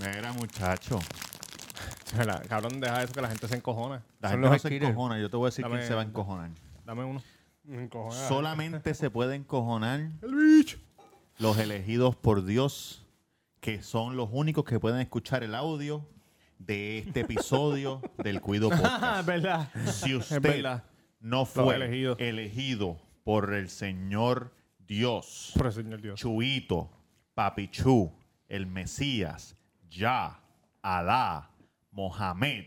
Mira, muchacho. La- cabrón, deja eso que la gente se encojona. La Son gente no los se skitters. encojona. Yo te voy a decir Dame- Ah. quién se va a encojonar. Dame uno. Encojona. Solamente se puede encojonar El bicho. los elegidos por Dios, que son los únicos que pueden escuchar el audio de este episodio del Cuido Ah, es Podcast. verdad. Si usted verdad. no fue elegidos. elegido por el Señor Dios, Por el señor Dios. Chuito, Papichu, el Mesías, Ya, Alá, Mohamed,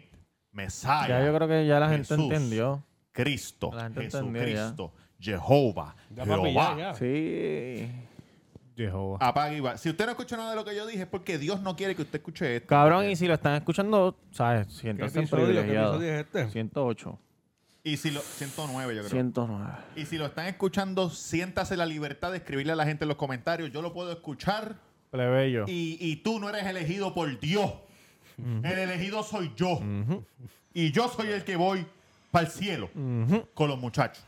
Mesaya, Ya yo creo que ya la gente Jesús. entendió. Cristo, La gente entendió ya. Jesucristo, Jehová, Jehová. Sí. Jehová. Apague y va. Si usted no escuchó nada de lo que yo dije, es porque Dios no quiere que usted escuche esto. Cabrón, y si lo están escuchando, ¿sabes? ¿Qué Siéntanse episodio, ¿Qué privilegiados. episodio es este? 108, Y si lo. 109, yo creo. 109. Y si lo están escuchando, siéntase la libertad de escribirle a la gente en los comentarios. Yo lo puedo escuchar Plebeyo. y, y tú no eres elegido por Dios. El elegido soy yo. Y yo soy el que voy para el cielo con los muchachos.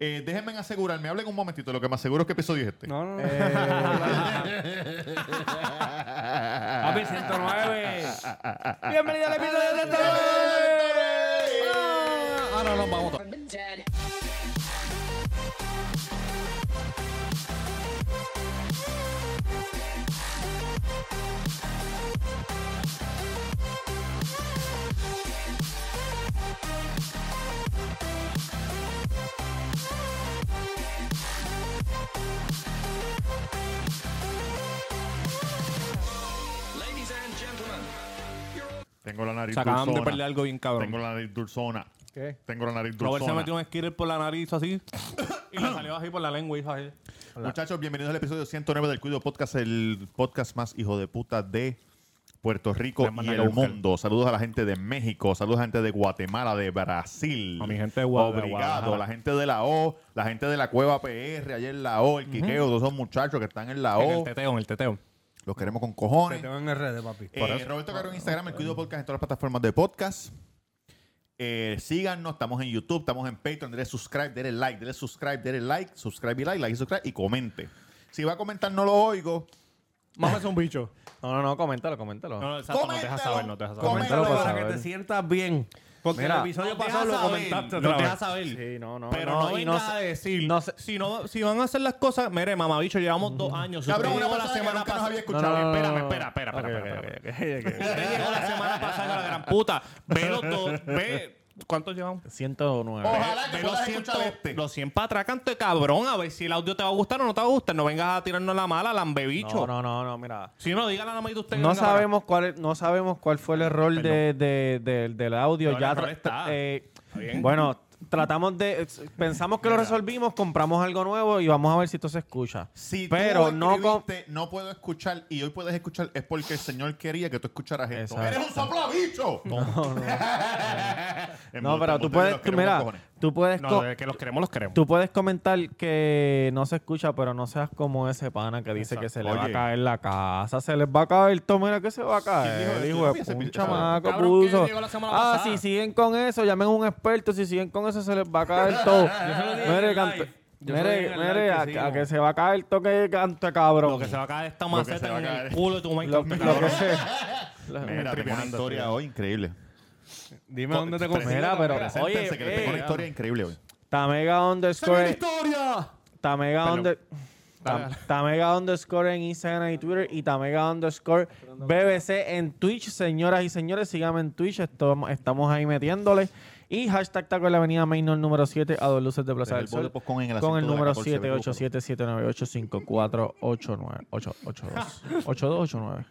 Eh, déjenme asegurarme, hablen un momentito. Lo que me aseguro es que episodio es este. No, no, no. Eh. Papi, 109. Bienvenido al episodio de este Ahora nos vamos. a- Dead. Tengo la nariz Se acaban de dulzona. perder algo bien cabrón. Tengo la nariz dulzona. ¿Qué? Tengo la nariz Robert se dulzona. metió un skitter por la nariz así. y le salió así por la lengua, hizo así. Muchachos, bienvenidos al episodio 109 del Cuido Podcast, el podcast más hijo de puta de Puerto Rico La y manada el local. mundo. Saludos a la gente de México, saludos a la gente de Guatemala, de Brasil. A mi gente de Gua- de Obrigado, Guadalajara. la gente de la O, la gente de la Cueva PR, ayer la O, el Quiqueo, todos esos muchachos que están en la En el O. teteo, en el teteo. Los queremos con Te cojones. tengo en redes, papi. Eh, Roberto Ah, Caro en Instagram, el Cuido Podcast en todas las plataformas de podcast. Eh, síganos, estamos en YouTube, estamos en Patreon, denle subscribe, denle like, denle subscribe, denle like, subscribe y like, like y subscribe y comente. Si va a comentar, no lo oigo. Mames un bicho. No, no, no, coméntalo, coméntalo. No, no, exacto, no te Coméntalo. dejas saber, no te dejas saber. Coméntalo, Coméntalo por Para que saber. te sientas bien. Porque Mira, el episodio Nos dejas pasado lo saber, comentaste nos otra vez. dejas saber. Sí, no, no. Pero no, y vengas se- a decir. no se- si, no, si van a hacer las cosas, mire, mamabicho, llevamos dos años. Si Cabrón, una usted llegó persona que nunca nos había No, escuchado. no, no, no, Espérame, no. espera, espera, espera, Ok, espera, espera. ok, ok, ok, ok. Usted llegó la semana pasada, la gran puta. Ve los dos, ve. ¿Cuántos llevamos? 109. Ojalá que Ve puedas los 100, escuchar este. los 100 para atrás, canto de cabrón, a ver si el audio te va a gustar o no te va a gustar. No vengas a tirarnos la mala, lambebicho. No, no, no, no, mira. Si no, dígale a la madre de usted. que No venga para acá. sabemos cuál, es- no sabemos cuál fue el error de, de- de- del audio. Pero el ya error tra- está. eh, bien. bueno, tratamos de es- pensamos que lo resolvimos, compramos algo nuevo y vamos a ver si esto se escucha. Si tú pero no con- escribiste, no puedo escuchar y hoy puedes escuchar es porque el Señor quería que tú escucharas esto. Exacto. ¡Eres un soplabicho! No, No, pero tú puedes, tú, mira, tú puedes No, co- de que los queremos, los queremos. Tú puedes comentar que no se escucha, pero no seas como ese pana que dice que se le va Oye. a caer la casa, se les va a caer, todo, mira que se va a ¿Quién caer. dijo eso? Yo Hijo de vi ese pu- un video. chamaco Cabrón, que puso. llegó la semana Ah, pasada. si siguen con eso, llamen a un experto, si siguen con eso se les va a caer todo. lo dije en Mire, el canto- live. Yo se lo dije mire, en el live mire, a, que sí, a no. que se va a caer todo que canto cabrón. Lo que se va a caer esta Lo que se maceta va a en caer. el culo de tu maíz. Lo- canto de lo cabrón. que se- Mira, tengo una tripeando, historia tío. hoy increíble. Dime dónde te conseguí. Mira, pero oye, Séntense que les tengo una eh, historia increíble hoy. Tamega underscore historia! Tamega Perdón. under, Tam- Tamega underscore en Instagram y Twitter y Tamega underscore BBC en Twitch. Señoras y señores, síganme en Twitch. Estamos, estamos ahí metiéndole. Y hashtag taco en la avenida Mainor número 7 a dos luces de Plaza Desde del el borde Sol. postcón pues, en el con el asiento de la número 14 de Brooklyn. 787-985-489-8289.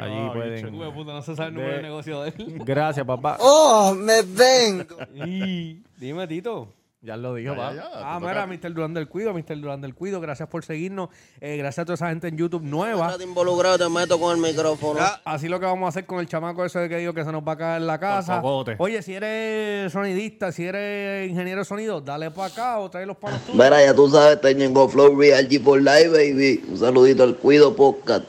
Allí pueden. Hijo de puta, no se sabe el número de De- negocio de él. Gracias, papá. Oh, me vengo. Y- Dime, Tito. Ya lo Ya, dijo, ya, papá. ya, te Ah, toca. mira, Mr. Durán del Cuido, Mr. Durán del Cuido, gracias por seguirnos. Eh, gracias a toda esa gente en YouTube nueva. Estás involucrado, te meto con el micrófono. Así lo que vamos a hacer con el chamaco ese que digo que se nos va a caer en la casa. cocote. Oye, si eres sonidista, si eres ingeniero de sonido, dale para acá o trae los palos tuyos. Verá, ya tú sabes, tengo Flow Real G por Live, baby. Un saludito al Cuido Podcast.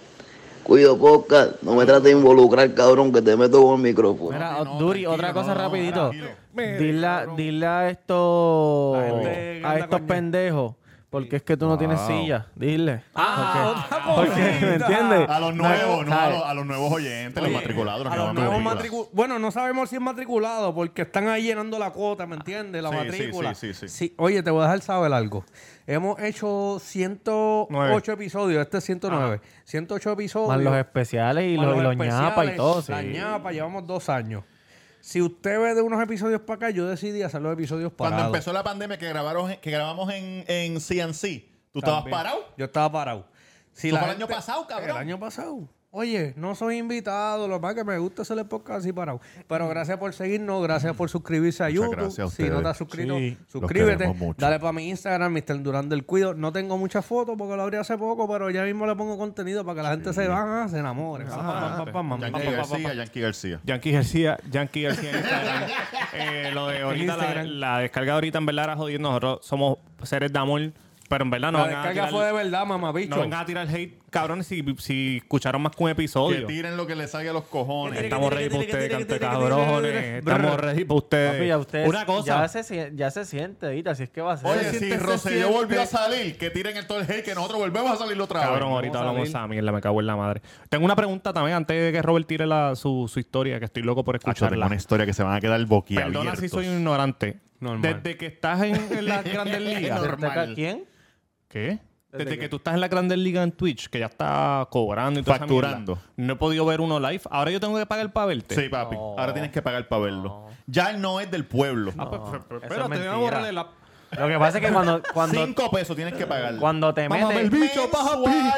Cuido Podcast, no me trates de involucrar, cabrón, que te meto con el micrófono. Mira, No, no, Duri, tranquilo, otra cosa no, rapidito. tranquilo. Mire, Dile, a- cabrón. dile a estos, La gente que a anda estos coña. pendejos Porque es que tú no tienes silla. Dile. Ah, otra Porque, cosita. ¿me entiendes? A los No, nuevos, no, a, ¿sabes? los, a los nuevos oyentes, los matriculados. A que los van nuevos matrícula. matricu- Bueno, no sabemos si es matriculado porque están ahí llenando la cuota, ¿me entiendes? La Sí, sí, matrícula. sí, sí, sí. Oye, te voy a dejar saber algo. Hemos hecho 108 Nueve. episodios, este es 109. 108 episodios. Más los especiales y más los, y los especiales, ñapas y todo. Sí. Las ñapas, llevamos dos años. Si usted ve de unos episodios para acá, yo decidí hacer los episodios para Cuando empezó la pandemia que grabaron, que grabamos en, en CNC, ¿tú estabas parado? Yo estaba parado. Si Eso la fue el año pasado, cabrón. El año pasado. Oye, no soy invitado, lo más que me gusta hacer el podcast así parado. Pero gracias por seguirnos, gracias por suscribirse a Muchas YouTube. gracias a si no te ustedes. has suscrito, Sí, los suscríbete. queremos mucho. Dale para mi Instagram, Mr. Durán del Cuido. No tengo muchas fotos porque lo abrí hace poco, pero ya mismo le pongo contenido para que la gente se baja, se enamore. Ah, Pa, pa, pa, pa, pa, mamá. Yankee García, Yankee García. Yankee García, Yankee García en Instagram. Eh, lo de ahorita, la, Instagram. la descarga de ahorita en verdad era jodiendo. Nosotros somos seres de amor, pero en verdad no La vengan a descarga tirar, fue de verdad, mamá, no bicho. vengan a tirar hate, cabrones, si, si escucharon más que un Que episodio. tiren lo que le salga a los cojones. Estamos ready para ustedes, cantecabrones. Estamos ready para Papi, ya ustedes. ustedes- Eh, Una Ya cosa. se, sie- ya se siente, Vita, si es que va a ser. Oye, Se si siente, se Rosselló siente. volvió a salir, que tiren el todo el hate, que nosotros volvemos a salirlo otra vez. Cabrón, ahorita vamos a hablamos de salir. esa mierda, me cago en la madre. Tengo una pregunta también antes de que Robert tire la- su, su historia, que estoy loco por Acho, tengo escucharla. una historia que se van a quedar boquiabiertos. Perdona si soy un ignorante. Normal. Desde que estás en, en las grandes ligas. Normal. ¿Te ataca ¿Este ¿Quién? ¿Qué? Desde, Desde que, que- tú estás en la Grandes Ligas en Twitch, que ya está cobrando y toda esa Facturando. mierda, no he podido ver uno live. Ahora yo tengo que pagar para verte. Sí, papi. Ahora tienes que pagar para verlo. Ya él no es del pueblo. Ah, pues, pues, pues, eso es espérate, voy mentira. a borrarle la... Lo que pasa es que cuando, cuando, Cinco pesos tienes que pagarle. cuando te Mamá, el metes. bicho paja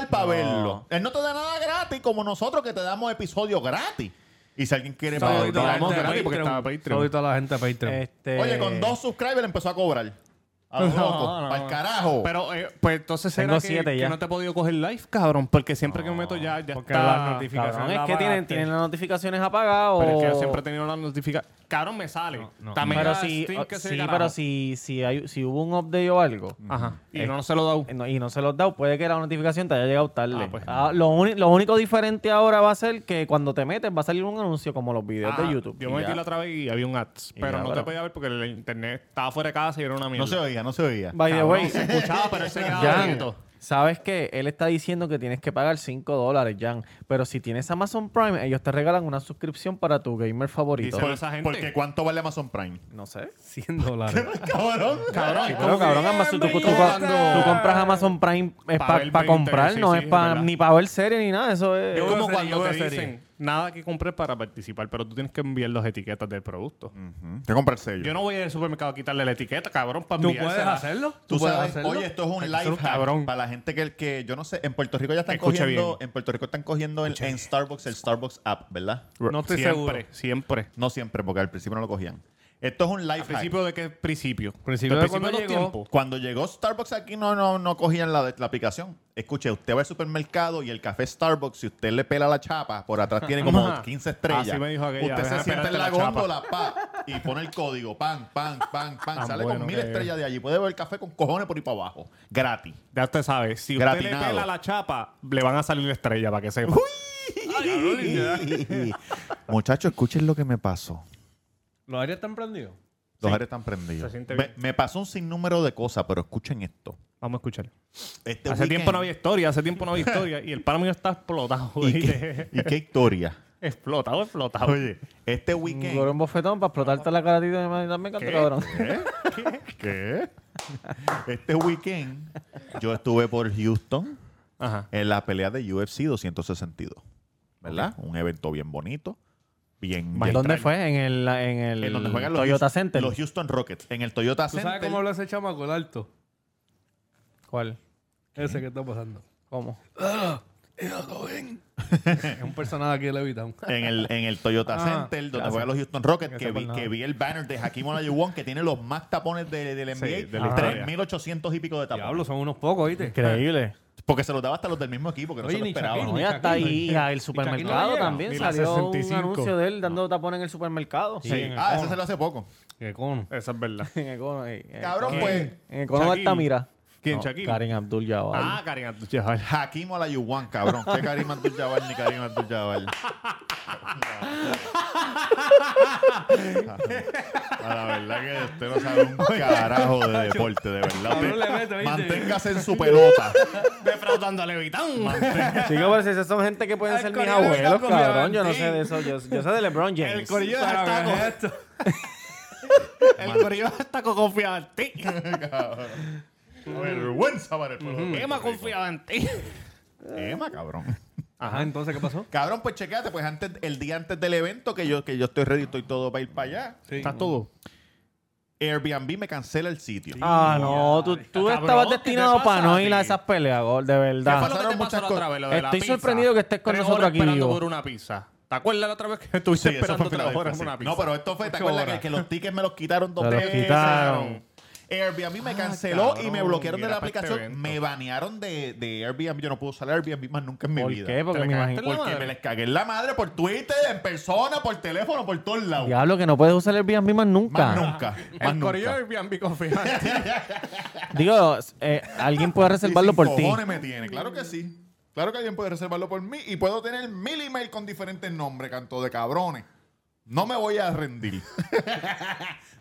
para No. verlo. Él no te da nada gratis como nosotros que te damos episodios gratis. Y si alguien quiere pagar, Saludito a la te damos gente de gratis porque Patreon. estaba Patreon. Eh, Saludito a la gente de Patreon. Este, Oye, con dos subscribers empezó a cobrar. A los No, locos. no, Para no. el carajo. Pero, eh, pues entonces será Tengo que, siete que ya. no te he podido coger live, cabrón. Porque siempre que me meto ya, ya porque está... las notificaciones Cabrón, es la que tienen, apagaste. tienen las notificaciones apagadas o... Pero es que yo siempre he tenido la notificación. Cabrón, me sale. También Pero la si, stream que se sí, carajo. pero si, si, hay, si hubo un update o algo Ajá. Y Eh, no se lo he dado. eh, no- y no se los da, puede que la notificación te haya llegado tarde. Ah, pues. Ah, lo, uni- lo único diferente ahora va a ser que cuando te metes va a salir un anuncio como los videos Ah, de YouTube. Yo y me metí ya. la otra vez y había un ads. Pero ya, no te pero- podía ver porque el internet estaba fuera de casa y era una mierda. no se oía, no se oía. By the Cabrón, way, se escuchaba, pero ese quedaba Jan, quieto. ¿sabes qué? Él está diciendo que tienes que pagar 5 dólares, Jan. Pero si tienes Amazon Prime, ellos te regalan una suscripción para tu gamer favorito. Dice- esa gente. Porque ¿cuánto vale Amazon Prime? No sé. 100 dólares. Cabrón. Cabrón, Sí, es pero como cabrón, que- Amazon, tú, tú- tú- Bienvenido. tú compras Amazon Prime es Pa' para ver comprar, 20, no sí, es sí, para verdad. ni para ver serie ni nada. Eso es. Es como Yo veo serie, cuando yo te dicen veo serie. nada que compres para participar, pero tú tienes que enviar las etiquetas del producto. Mm. Ujú. Yo compré el sello. Yo no voy al supermercado a quitarle la etiqueta, cabrón, para ¿Tú enviársela. puedes hacerlo? Tú, puedes sabes, hacerlo? oye, esto es un Hay que ser live un hack cabrón. para la gente que, que yo no sé, en Puerto Rico ya están Escuche cogiendo, bien. en Puerto Rico están cogiendo el- en Starbucks el Starbucks app, ¿verdad? No estoy siempre, seguro. Siempre. No siempre, porque al principio no lo cogían. Esto es un live ¿Al hack. principio de qué principio? Principio ¿Del de cuando los llegó. tiempos? Cuando llegó Starbucks aquí no, no, no cogían la, la aplicación. Escuche, usted va al supermercado y el café Starbucks, si usted le pela la chapa, por atrás tiene como Ajá. 15 estrellas. Así me dijo aquella, usted deja se de sienta en la, pelarte la chapa. góndola pa, y pone el código, pan, pan, pan, pan. Tan sale bueno con mil que- estrellas de allí. Puede ver el café con cojones por ahí para abajo. Gratis. Ya usted sabe, si usted Gratinado. le pela la chapa, le van a salir estrella para que sepa. Muchachos, escuchen lo que me pasó. ¿Los aires están prendidos? Los aires están prendidos. Se siente Me, bien. me pasó un sinnúmero de cosas, pero escuchen esto. Vamos a escuchar. Este hace weekend- tiempo no había historia, hace tiempo no había historia. y el palo mío está explotado. ¿Y qué, oíste. y qué historia? explotado, explotado. Oye, este Un weekend... gorón bofetón para explotarte la cara a ti también, también, canto, ¿Qué? cabrón. ¿Qué? Este weekend yo estuve por Houston Ajá. en la pelea de UFC 262. ¿Verdad? Un evento bien bonito. Bien. bien ¿Dónde tranquilo. fue? En el, en el En donde juegan los, Toyota Houston- Center. los Houston Rockets. En el Toyota ¿Tú sabes Center. cómo habla ese chamaco, el alto? ¿Cuál? Ese que está pasando. ¡Ah! ¿Cómo? Es un personaje aquí de Levitown. En el, en el Toyota Center, donde juegan los Houston Rockets, que vi, que vi el banner de Hakim Olajuwon, que tiene los más tapones de- del NBA, de la historia. 3.800 y pico de tapones. Diablo, son unos pocos, ¿viste? Increíble. Porque se los daba hasta los del mismo equipo, que no Oye, se lo ni esperaban. Shaquille, No, Ni ya Shaquille, está ahí. ni- al ni supermercado Shaquille no también llega. Ni la salió 65. un anuncio de él dando tapón en el supermercado. Sí. en el Ah, ese cono. se lo hace poco. ¿Qué cono? Esa es verdad. En Econo, eh, eh, Cabrón, en- pues, En Econo de Shaquille. Altamira. ¿Quién, No, Shaquille? Karim Abdul-Jabbar. Ah, Karim Abdul-Jabbar. Hakim Olajuwon, cabrón. ¿Qué Karim Abdul-Jabbar ni Karim Abdul-Jabbar? A la verdad que usted no sabe un carajo de deporte, de verdad. Cabrón, le mete, ¿viste? Manténgase en su pelota. Defraudando a Levitán. Chico, pero si pues, esas son gente que pueden El ser mis corillo de abuelos, Campo Mira cabrón. Yo no Valentín. sé de eso. Yo, yo sé de LeBron James. El corillo de Pero, ¿qué es Jastaco. esto? El corillo de Jastaco confiaba en ti. Vergüenza para el pueblo. Emma confiaba en ti. Emma, cabrón. Ajá, entonces, ¿qué pasó? Cabrón, pues chequéate, pues antes, el día antes del evento, que yo, que yo estoy ready, estoy todo para ir para allá. Sí. Está todo. Airbnb me cancela el sitio. Ah, no, tú, tú Cabrón, estabas ¿qué te destinado pasa para a no ti? ir a esas peleas, gol, de ¿Qué verdad. pasó? Pasaron muchas cosas. Estoy sorprendido que estés con nosotros aquí esperando vivo. por una pizza. ¿Te acuerdas la otra vez que estuviste Sí, eso esperando fue tres horas por Filadelfia, una sí. pizza? No, pero esto fue, ¿te Ocho acuerdas horas. que, que los tickets me los quitaron dos Se los veces? quitaron. Airbnb me canceló y me Ah, cabrón, bloquearon de la mira, para este aplicación. evento. me banearon de, de Airbnb. Yo no puedo usar Airbnb más nunca en mi ¿Por vida. qué? Porque Te me la imagino. cagaste la Porque madre. me les cagué en la madre por Twitter, en persona, por teléfono, por todos lados. Oh. Diablo, que no puedes usar el Airbnb más nunca. Más nunca. Más El corillo nunca. de Airbnb confiaba en ti. Digo, eh, alguien puede reservarlo Y sin por ti. cojones me tiene, claro que sí. Claro que alguien puede reservarlo por mí y puedo tener mil emails con diferentes nombres, canto de cabrones. No me voy a rendir.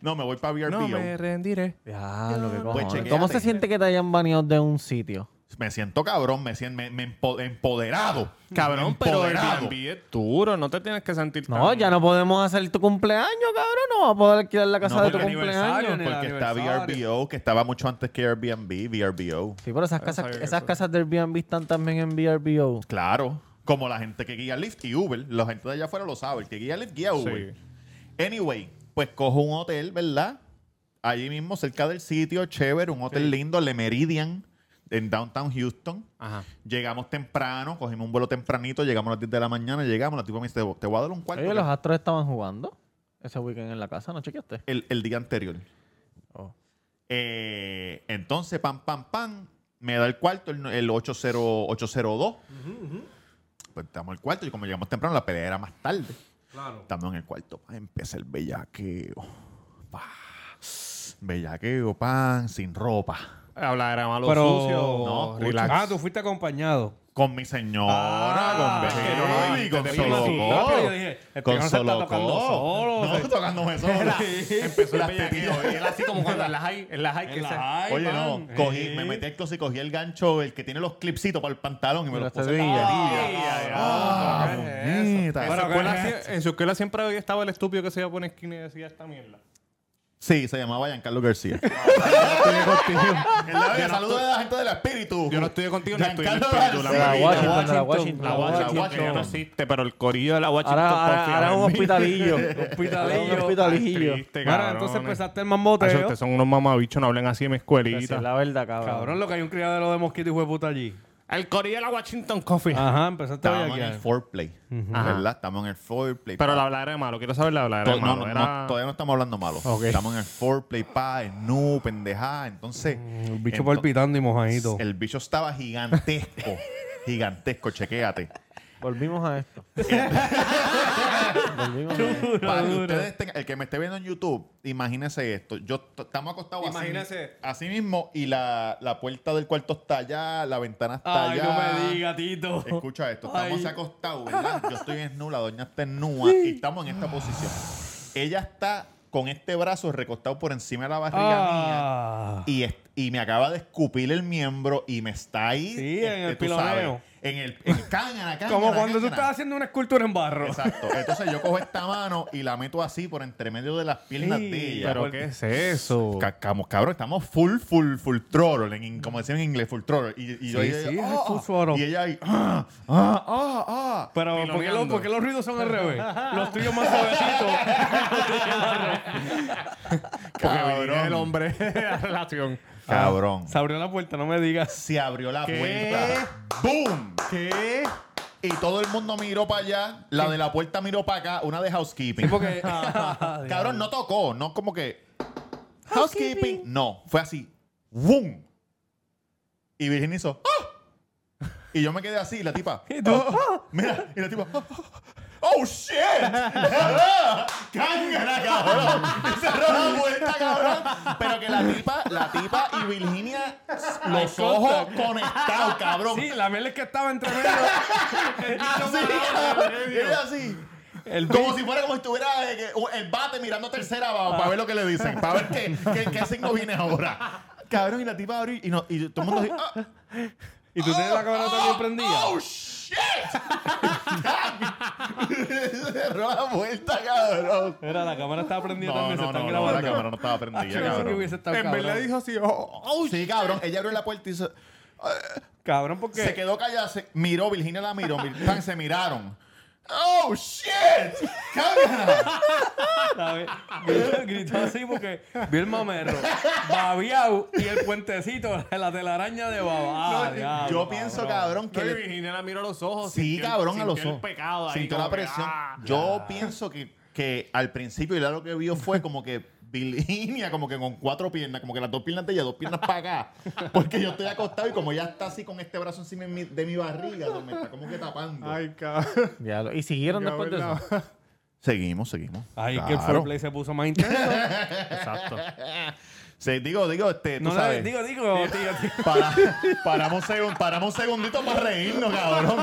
no, me voy para BRBO. rendiré. Diablo, qué cojones. chequéate. ¿Cómo se siente que te hayan baneado de un sitio? Me siento cabrón, me siento me, me empo- empoderado. Cabrón, pero Empoderado. Airbnb es duro. No te tienes que sentir No, ya no podemos hacer tu cumpleaños, cabrón. No vamos a poder alquilar la casa No, de tu porque cumpleaños. en el Porque está aniversario. VRBO, que estaba mucho antes que Airbnb, VRBO. Sí, pero esas casas, sabía que esas eso- casas de Airbnb están también en VRBO. Claro, como la gente que guía Lyft y Uber, la gente de allá afuera lo sabe, el que guía Lyft guía Uber. Anyway, pues cojo un hotel, ¿verdad? Allí mismo, cerca del sitio, chévere, un hotel lindo, Le Meridian, en downtown Houston. Ajá. Llegamos temprano, cogimos un vuelo tempranito, llegamos a las 10 de la mañana, llegamos, la tipa me dice, te voy a dar un cuarto Oye, los astros estaban jugando ese weekend en la casa, ¿no chequeaste? el, el día anterior. Oh. Eh, entonces, pam, pam, pam, me da el cuarto, el, el 80 802. Pues estamos en el cuarto y como llegamos temprano, la pelea era más tarde. Claro. Estamos en el cuarto, pa, empieza el bellaqueo. Pa. Bellaqueo, pan, sin ropa. Hablar era malo Pero, sucio. No, relax. Ah, tú fuiste acompañado. Con mi señora, Ah, con que no lo Baby, dijiste, con te vino asustado, pero yo dije, Soloco. el Con pijama se está Soloco. tocando solo, No, o sea. tocándome solo. Empezó el bellaqueo. Y él así como cuando en las hay, en las hay que se- Oye, no, man. cogí, Sí. me metí al closet y cogí el gancho, el que tiene los clipsitos para el pantalón y me Y los las puse en la tetillas. tetilla. Ay, ay, Ah, bonita. En su Bueno, escuela ¿qué es sie- en su escuela siempre había- estaba el estúpido que se iba a poner skinny y decía esta mierda. Sí, se llamaba Giancarlo García. Saludos a la gente del espíritu. Yo no estoy contigo ni estoy en el Giancarlo espíritu. García. De la Sí, Washington, de la Washington, Washington. La La Washington, Washington. que ya no existe, pero el corillo de la Washington Ahora, ahora, confía ahora en es un mí. hospitalillo. Hospitalillo. Ahora es un hospitalillo. Triste, Mira, cabrones. entonces pues, empezaste el Ay, mamboteo. este Ustedes son unos mamabichos, no hablen así en mi Esa escuelita. es la verdad, cabrón. Cabrón, lo que hay un criadero de mosquito y hueputa allí. El corillo de la Washington Coffee. Ajá, empezaste a Estábamos en el bellaquear. foreplay, ¿verdad? Estamos en el foreplay. Pero pa. la hablar era malo, quiero saber la hablar To- era no, malo. no, era- no, todavía no estamos hablando malo. Ok. Estamos en el foreplay, pa, en nu, pendejada. Entonces, El Mm, bicho ento- palpitando y mojadito. el bicho estaba gigantesco. gigantesco, chequéate. Volvimos a esto. Volvimos a esto. Para que ustedes tengan- el que me esté viendo en YouTube, imagínense esto. Yo t- estamos acostados así- Imagínense. así, mismo y la, la puerta del cuarto está allá, la ventana está Ay, allá. no me digas, Tito. Escucha esto, estamos Ay. acostados, ¿verdad? Yo estoy en la doña está en nua y estamos en esta posición. Ella está con este brazo recostado por encima de la barriga mía. Ah. y, est- y me acaba de escupir el miembro y me está ahí. Sí, este, en el tú sabes, piloneo. En el en cángana, cángana, Como cuando tú cángana. estás haciendo una escultura en barro. Exacto. Entonces yo cojo esta mano y la meto así por entre medio de las piernas Sí, de ella. ¿Pero qué es eso? Ca- camo- cabrón, estamos full, full, full troll, en, in- como decían en inglés, full troll. Y, y yo Sí, y ella, sí, es "Ah", full throttle. Y ella ahí, ah, ah, ah, ah. Pero, ¿por qué, Piloneando. los, por qué los ruidos son al revés? los tuyos más suavecitos. Porque venía el Cabrón. hombre de la relación. Ah, Cabrón. Se abrió la puerta, no me digas. Se abrió la ¿Qué? puerta. ¡Boom! ¿Qué? Y todo el mundo miró para allá. La de la puerta miró para acá. Una de housekeeping. Porque. Ah, Cabrón, no tocó, no como que. Housekeeping. No, fue así. ¡Bum! Y Virginia hizo. ¡Ah! Y yo me quedé así, y la tipa. Y tú, "Ah, ah". Mira, y la tipa. "Ah, ah, ah". ¡Oh, shit! ¡Cángana, cabrón! Y cerró la puerta, cabrón. Pero que la tipa, la tipa y Virginia, los ojos conectados, cabrón. Sí, la miel es que estaba entre medio. Así, cabrón. Ella así. como si fuera como si estuviera eh, que- el bate mirando tercera abajo para ver lo que le dicen, para ver qué, qué, qué signo viene ahora. Cabrón, y la tipa abrió y, no- y todo el mundo así, "Ah, y tú tienes la cámara también prendida. ¡Oh, shit! Cerró la vuelta, cabrón. Era, la cámara estaba prendida oh. No, también, se no, están no, no, la grabando. cámara no estaba Ah, yo prendida, pensé que hubiese cabrón. estado En cabrón. verdad dijo así, oh, oh, Sí, cabrón. Ella abrió la puerta y hizo- Cabrón, porque... se quedó callada. Se miró, Virginia la miró. Vir- Tan, se miraron. ¡Oh, shit! ¡Cabrón! ¿sabes? Gritó, gritó así porque vi el mamerro, babiao y el puentecito, la telaraña de baba. Ah, diablo, eh, Yo pienso, cabrón, que... No, y le- Virginia la miró a los ojos. Sí, sintió el- cabrón, a los sintió ojos. el pecado ahí, Sintió la como que, presión. ah, Yo pienso que, que al principio y lo que vio fue como que Virginia, como que con cuatro piernas, como que las dos piernas de ella, dos piernas para acá. Porque yo estoy acostado y como ella está así con este brazo encima de mi, de mi barriga, pues, me está como que tapando. Ay, cabrón. Ya lo- y siguieron después de eso. Seguimos, seguimos. Ay, que el Claro. foreplay se puso más intenso. Exacto. Sí, digo, digo, este, tú No le sabes. digo, digo, digo, digo. Para, paramos, un segun- paramos un segundito para reírnos, cabrón.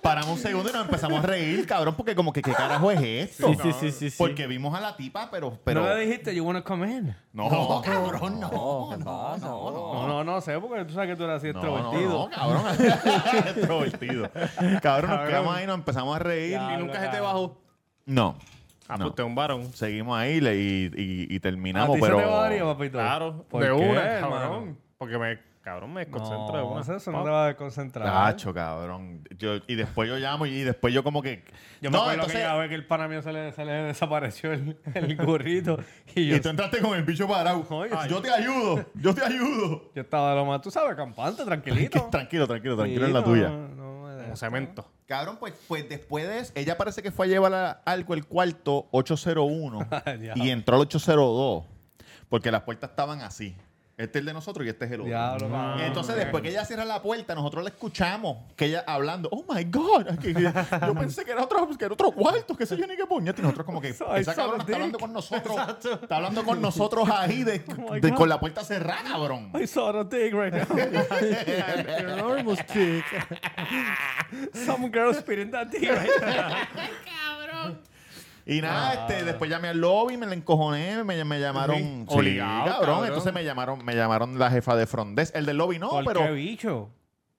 Paramos un segundo y nos empezamos a reír, cabrón, porque como que qué carajo es esto. Sí, sí, sí, sí, sí. Porque vimos a la tipa, pero... pero No le dijiste, you wanna come in. no, cabrón, no. No, no, no. No, no, no sé, porque tú sabes que tú eras así No, extrovertido. no, cabrón. Extrovertido. Cabrón, nos quedamos ahí, nos empezamos a reír. Y nunca se te bajó. No. Ah, no. pues te humbaron. Seguimos ahí le- y, y- y A terminamos, ti pero... se te bajaría, papito. Claro. ¿Por de qué, una, hermano? cabrón. Porque me, cabrón, me desconcentro de No, una. eso no te va a desconcentrar. Tacho, cabrón. Yo- y después yo llamo y, y después yo como que... Yo me no, acuerdo entonces- que ya ve que el pana mío se le, se le desapareció el, el gorrito. Y yo, Y tú entraste con el bicho parado. Ay, Ay, yo te ayudo, yo te ayudo. yo estaba de lo más, tú sabes, campante, Que- tranquilito. tranquilo, tranquilo, tranquilo Sí, en la no, tuya. no me Como dejes. cemento. Cabrón, pues, pues después de eso, ella parece que fue a llevar a- algo el cuarto 801 Ya. y entró al 802 porque las puertas estaban así. Este es el de nosotros y este es el otro. Diablo, cabrón. Ah, Entonces, después que ella cierra la puerta, nosotros la escuchamos, que ella hablando, oh my God, que- que- yo pensé que era otro, que era otro cuarto, que sé yo ni qué puñete. Y nosotros como que, Ay, esa cabrona Dick. está hablando con nosotros, está hablando con nosotros ahí de- Oh my de- God. con la puerta cerrada, cabrón. I saw a dick right now. An enormous dick. Some girl spitting that dick right now. Y Ah. nada, este, después llamé al lobby, me la encojoné, me, me llamaron. Sí, obligado, cabrón. cabrón. Entonces me llamaron, me llamaron la jefa de Frondes. El del lobby no, ¿Por pero. qué bicho?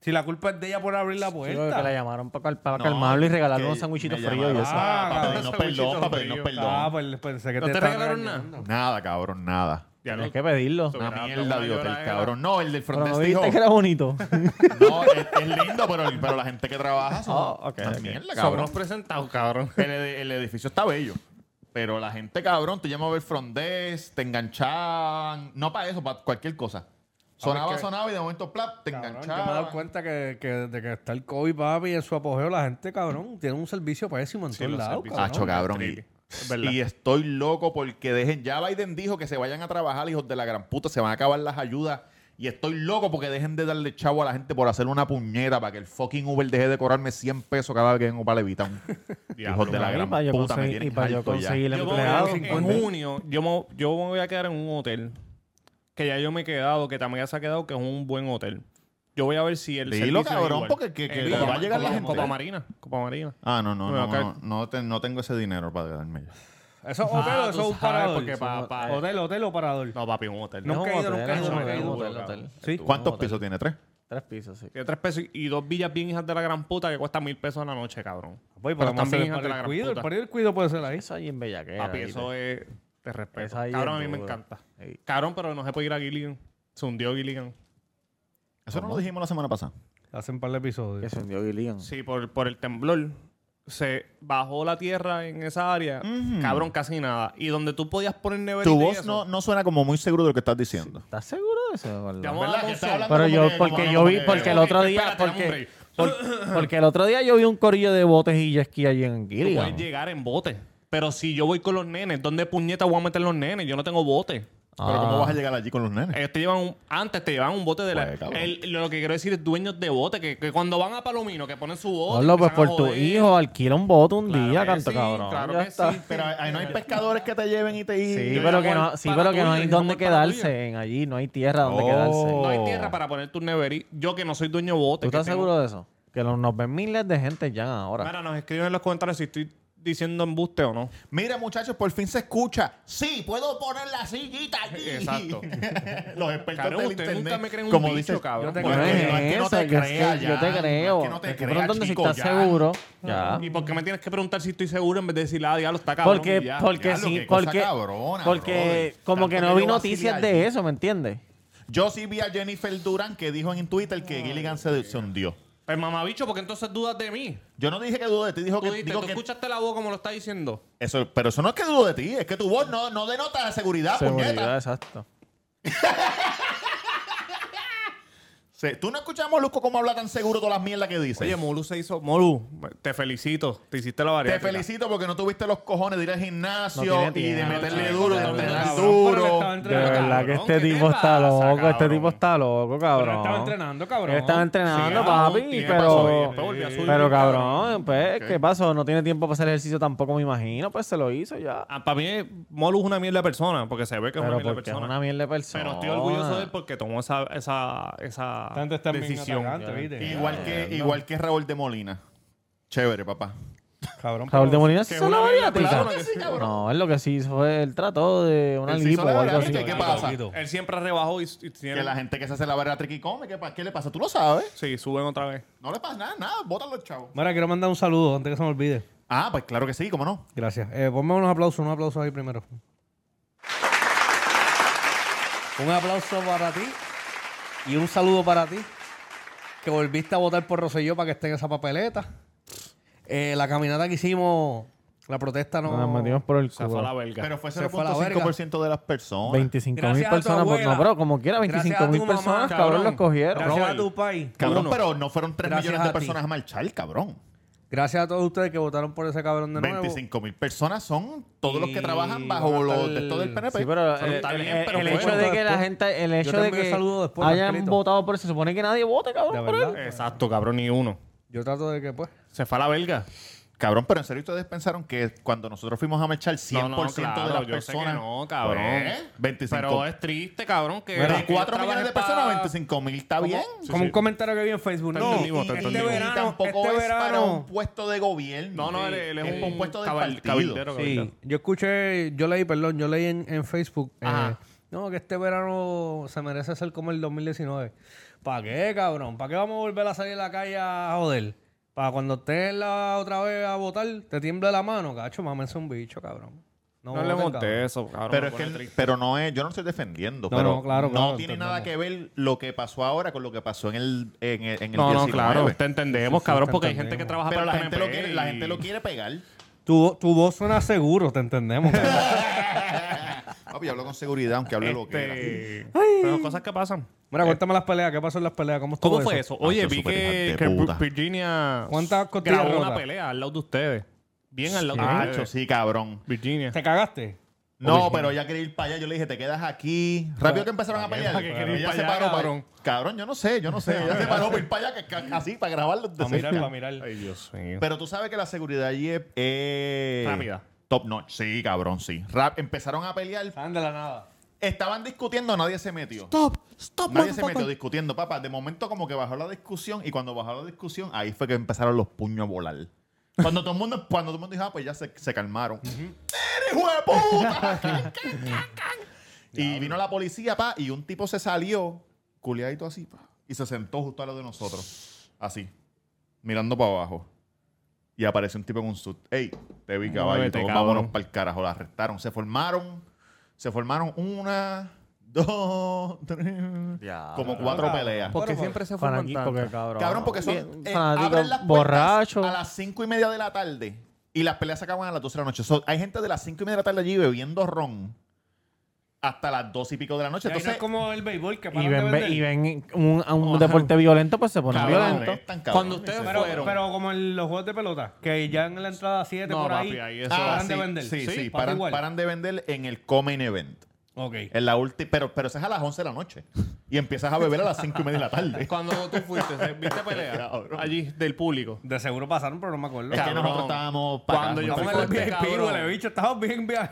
Si la culpa es de ella por abrir la Sí, porque puerta. la llamaron para, cal- para No, calmarlo y regalarle que un sanguichito me frío y llamaron eso. Para, para Ah, pedirnos cabrón, perdón, para pedirnos sanguichito perdón. Ah, pues pensé que ¿No te estaban regalaron regañando. Nada, cabrón, nada. Ya Tienes que pedirlo. Sobre- Una Era mierda una de hotel, lloradera. cabrón. No, el del Pero Frondes no dijo. dijiste que era bonito. No, es, es lindo, pero, pero la gente que trabaja son. Oh, ok, son ok. mierda, Son cabrón. unos presentados, cabrón. El, ed- el edificio está bello. Pero la gente, cabrón, te llamaba el frondés, te enganchaban. No para eso, para cualquier cosa. Sonaba, porque- sonaba y de momento, plap, te Cabrón, yo me he enganchaban. dado cuenta que, que de que está el COVID, papi, en su apogeo, la gente, cabrón, tiene un servicio pésimo en Sí, todos los lados, servicios. cabrón. Hacho, cabrón. tricky. Y, Es verdad. y estoy loco porque dejen. Ya Biden dijo que se vayan a trabajar, hijos de la gran puta. Se van a acabar las ayudas. Y estoy loco porque dejen de darle chavo a la gente por hacer una puñera para que el fucking Uber deje de cobrarme 100 pesos cada vez que vengo para Levitar. hijos de la Y gran para yo puta. Me conseguir, y tienen para yo harto ya. conseguir Yo el me voy a empleado. pues, quedar en junio, yo me, yo me voy a quedar en un hotel que ya yo me he quedado, que también se ha quedado, que es un buen hotel. Yo voy a ver si el Dilo, servicio es cabrón, igual. porque que- que Eh, va a Copa- llegar la Copa- gente. Copa Marina, Copa Marina. Ah, no, no, Me va no. a caer. No, no te- no tengo ese dinero para quedarme ya. ¿Eso es hotel o Ah, eso es tú un parador? sabes, porque pa- pa- eh. ¿Hotel, hotel o parador? No, papi, un hotel. No. Es un caído, nunca he hotel, ido, es un nunca he hotel, ido, hotel, cabrón. hotel. Sí. ¿Cuántos hotel. pisos tiene? ¿Tres? Tres pisos, sí. Tiene tres pesos y dos villas bien hijas de la gran puta que cuestan mil pesos a la noche, cabrón. Voy, Pero podemos hacer también el hijas de la parador gran cuido. El puta. parador cuido puede ser ahí. Eso allí en Bellaquera. Papi, ahí, eso es te respeto. Esa ahí Cabrón, es a mí me dura. encanta. Ey. Cabrón, pero no se puede ir a Gilligan. Se hundió Gilligan. Eso no lo dijimos la semana pasada. Hace un par de Que episodios. se hundió Gillian. Sí, por, por el temblor. Se bajó la tierra en esa área. Cabrón, casi nada. Y donde tú podías poner neverita Tu y voz eso, no, no suena como muy seguro de lo que estás diciendo. ¿Estás seguro de eso? gordo? Te vamos a dar ¿Verdad? Que estás consejo. hablando Pero como yo, que- porque como- yo como vi, que- porque el ok, otro día, espérate, porque, hombre. por- porque el otro día yo vi un corillo de botes y jet ski allí en Tú Gilligan. puedes llegar en bote. Pero si yo voy con los nenes, ¿dónde puñeta voy a meter los nenes? Yo no tengo bote. Pero ¿cómo vas a llegar allí con los nenes? Ellos te llevan un- antes te llevaban un bote de la. Pues, cabrón. el- lo que quiero decir es dueños de bote, que, que cuando van a Palomino, que ponen su Oh, bote. Pablo, pues empiezan a por tu joder. hijo, alquila un bote un Claro día, que canto sí, cabrón. claro Ya que está. sí. Pero ahí no hay pescadores que te lleven y te Sí, Yo pero llamo que al no, sí, pana pero que tuyo, no yo hay llamo dónde al pana tuyo. quedarse en allí, no hay tierra donde Oh. No quedarse. hay tierra para poner tus neveritas. Yo que no soy dueño de bote. Oh. ¿Tú estás que tengo- seguro de eso? Que lo- nos ven miles de gente ya ahora. Mira, nos escriben en los comentarios si estoy diciendo embuste o no. Mira, muchachos, por fin se escucha. Sí, puedo poner la sillita aquí. Exacto. Los expertos Cabrón, del ustedes internet. nunca me creen un como bicho, dices, cabrón. Yo te Yo creo. te es pues, que no te eso, yo, es que- creas yo ya, te creo. es que no te Te creas, preguntan si chico, estás ya. seguro. Ya. ¿Y por qué me tienes que preguntar si estoy seguro en vez de decir, ah, diablo, está cabrón? y Porque, ya? porque Diablo, sí, qué cosa porque, cabrona, brother. porque como Tanto que que no yo vi vacilé noticias allí. de eso, ¿me entiendes? Yo sí vi a Jennifer Duran que dijo en Twitter que Gilligan se descendió. Pues mamabicho, porque entonces dudas de mí. Yo no dije que dudo de ti, dijo Tú que, dijiste, digo tú que- escuchaste la voz como lo está diciendo. eso, pero eso no es que dudo de ti, es que tu voz no, no denota la seguridad, Seguridad, puñeta. exacto. Se- Tú no escuchas a Molusco cómo habla tan seguro todas las mierdas que dice. Oye, Molu se hizo. Molu, te felicito. Te hiciste la te variedad. felicito porque no tuviste los cojones de ir al No gimnasio tiene y de tiempo, meterle chico, duro, de no, entrenar cabrón, pero duro. estaba De De Pero, verdad cabrón, que ¿qué este te tipo está pasa, loco, este cabrón? tipo está loco, Pero cabrón. estaba entrenando, cabrón. Él estaba entrenando, Sí, papi, cabrón, y después subió, pero... después volvió a subir, Pero cabrón. cabrón, pues, Ok. ¿qué pasó? No tiene tiempo para hacer ejercicio tampoco, me imagino, pues se lo hizo ya. Ah, para mí, Molu es una mierda de persona, porque se ve que es una Pero mierda de porque es persona. una mierda de persona. Pero estoy orgulloso de él porque tomó esa, esa, esa Tanto está decisión. ¿viste? Igual que, igual que Raúl de Molina. Chévere, papá. Cabrón. Raúl de Molina se Que hizo una una mierda, bariátrica. claro que sí, cabrón. No, él lo que sí hizo fue el trato de una Él se hizo lipo la o algo así. bariátrica, ¿qué pasa? Él siempre rebajó y, y tiene. Que la gente que se hace la bariátrica y come, ¿qué, pa- ¿qué le pasa? Tú lo sabes. Sí, suben otra vez. No le pasa nada, nada. Bótalo, chavo. Mira, quiero mandar un saludo antes que se me olvide. Ah, pues claro que sí, ¿cómo no? Gracias. Eh, ponme unos aplausos, unos aplausos ahí primero. Un aplauso para ti y un saludo para ti que volviste a votar por Rosselló para que esté en esa papeleta. Eh, la caminata que hicimos, la protesta no... Nos metimos por el Se fue a la culo. verga. Pero fue Se fue a la verga. 0.5% de las personas. 25 mil Gracias a tu personas, por, abuela. no, pero como quiera, Gracias 25 a mil tu mamá, personas, cabrón. cabrón, los cogieron. Gracias Robert. a tu país. Cabrón, Uno. pero no fueron 3 Gracias millones de a ti. personas a marchar, cabrón. Gracias a todos ustedes que votaron por ese cabrón de nuevo. 25 mil personas son todos los que Y trabajan van bajo a los estar- textos del PNP. Sí, pero Pues, Pero el, está el- bien, el- pero el qué hecho bueno. de que la después. gente, el hecho te de envío que saludos después, hayan Angelito. votado por eso, se supone que nadie vote, De cabrón, por él. verdad. Exacto, cabrón, ni uno. Yo trato de que, pues... Se fue a la verga. Cabrón, pero en serio ustedes pensaron que cuando nosotros fuimos a marchar 100% No, no, claro, de las yo sé que personas. no, cabrón. Pues, 25. Pero es triste, cabrón, que... Pero que 4 yo millones de trabaje personas, pa- 25 mil, está bien. Sí, como sí. un comentario que vi en Facebook. Te No, entendimos, te este entendimos. Y verano, tampoco este es para verano- un puesto de gobierno. No, no, Sí. él, él es es un puesto de cabal- partido. cabildero, Sí, cabildero. yo escuché, yo leí, perdón, yo leí en, en Facebook. eh, Ajá. no, que este verano se merece ser como el 2019. ¿Para qué, cabrón? ¿Para qué vamos a volver a salir a la calle a joder? Para cuando estés la otra vez a votar, te tiembla la mano, cacho, mámense un bicho, cabrón. No le voten, monté cabrón. eso, cabrón. Pero me es que pone él- triste. pero no es, yo no estoy defendiendo, No, pero no, no, claro, claro, tiene entendemos. nada que ver lo que pasó ahora con lo que pasó en el en, el- en el No, no, 19. claro. Te entendemos, Sí, sí, cabrón, te porque hay entendemos. gente que trabaja Pero para la el gente, lo PNP quiere, y- la gente lo quiere pegar. Tu, tu voz suena seguro, te entendemos. cabrón. Papi, hablo con seguridad, aunque hable lo que era. Este, Pero cosas que pasan. Mira, cuéntame las peleas, ¿qué pasó en las peleas? ¿Cómo, estuvo ¿Cómo fue eso? Oye, Nacho, vi súper que, hija de que puta. Virginia ¿Cuántas costillas grabó una rotas? pelea al lado de ustedes. Ah, Bien al lado de Nacho, ustedes. sí, cabrón. Virginia. ¿Te cagaste? No, pero ella quería ir para allá. Yo le dije, te quedas aquí. Rápido que empezaron a pelear. ¿para qué quería ir Ella para se allá, paró, pa- cabrón? Cabrón, yo no sé, yo no sé. Ella se paró para ir para allá, que- que- así, para grabarlo. Para mirar, para mirar. Ay, Dios mío. Pero tú sabes que la seguridad allí es... eh, Rápida. Top notch. Sí, cabrón, sí. Rap, empezaron a pelear. Estaban de la nada. Estaban discutiendo, nadie se metió. Stop, stop, Nadie se metió motherfucker. discutiendo, papá. De momento como que bajó la discusión y cuando bajó la discusión, ahí fue que empezaron los puños a volar. Cuando todo el mundo, cuando todo el mundo dijo, ah, pues ya se, se calmaron. ¡Eres hijo de puta! Can, can, can, can. y vino la policía, pa, y un tipo se salió, culiadito así, pa, y se sentó justo al lado de nosotros. Así, mirando para abajo. Y apareció un tipo en un sud. ¡Ey! Te vi caballito. Muévete, Vámonos cabrón. para el carajo. La arrestaron. Se formaron. Se formaron una, dos, tres. como cuatro peleas. ¿Por qué Bueno, siempre se forman Fanático, que tantas? cabrón. Cabrón, porque son. Bien, eh, fanático abren las puertas borracho. A las cinco y media de la tarde. Y las peleas se acaban a las 12 de la noche. So, hay gente de las cinco y media de la tarde allí bebiendo ron hasta las dos y pico de la noche. Entonces, Entonces, es como el béisbol que Y paran de ven, vender. y ven un, a un deporte violento, pues se pone cabrón, eh, violento. arrestan, cabrón. Cuando ustedes Y se- Pero, fueron. pero como en los juegos de pelota, que ya en la entrada 7 No, por ahí, papi, ahí eso- Ah, paran sí, de vender. Sí, sí, pasa paran, igual. paran de vender en el Common Event. Ok. En la ulti- pero, pero eso es a las 11 de la noche. Y empiezas a beber a las 5 y media de la tarde. Cuando tú fuiste, ¿viste pelea? Cabrón. Allí, del público. De seguro pasaron, pero no me acuerdo. Es que Cabrón. nosotros estábamos Cuando yo pagando el fui con corte. este cabrón. huele bicho, estabas bien bien.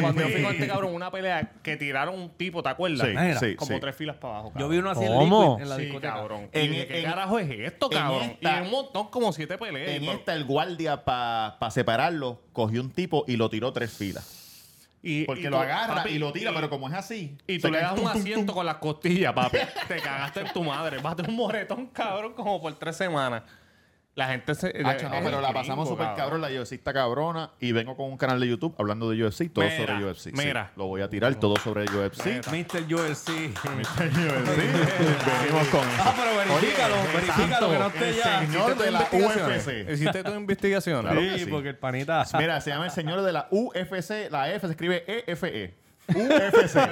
Cuando yo fui con este cabrón, una pelea que tiraron un tipo, ¿te acuerdas? Sí, Mira, sí, Como sí. tres filas para abajo. Yo vi uno así en ¿Cómo? Liquid en la Sí, discoteca. cabrón. Y En- dije, ¿qué en- carajo es esto, en cabrón? esta- y en un montón, como siete peleas. En pero- esta, el guardia, para separarlo, cogió un tipo y lo tiró tres filas. y, Porque y lo tú, agarra papi, y lo tira, y- pero como es así. Y se tú le cae das un tum, tum, asiento con las costillas, papi. Te cagaste en tu madre. Vas de un moretón, cabrón, como por tres semanas. La gente se. tum. Hacho, no, es pero la gringo, pasamos súper cabrón, la UFC está cabrona. Y vengo con un canal de YouTube hablando de UFC, todo Mira, sobre UFC. Sí, mira. lo voy a tirar todo sobre UFC. Mr. Joel, sí. Venimos con eso. Ah, pero verifícalo, verifícalo, que no esté ya. Señor de la Investigaciones. UFC. Hiciste tu investigación. Claro que Sí, sí. Pues porque el panita. Mira, se llama el señor de la UFC. La E F E. se escribe EFE.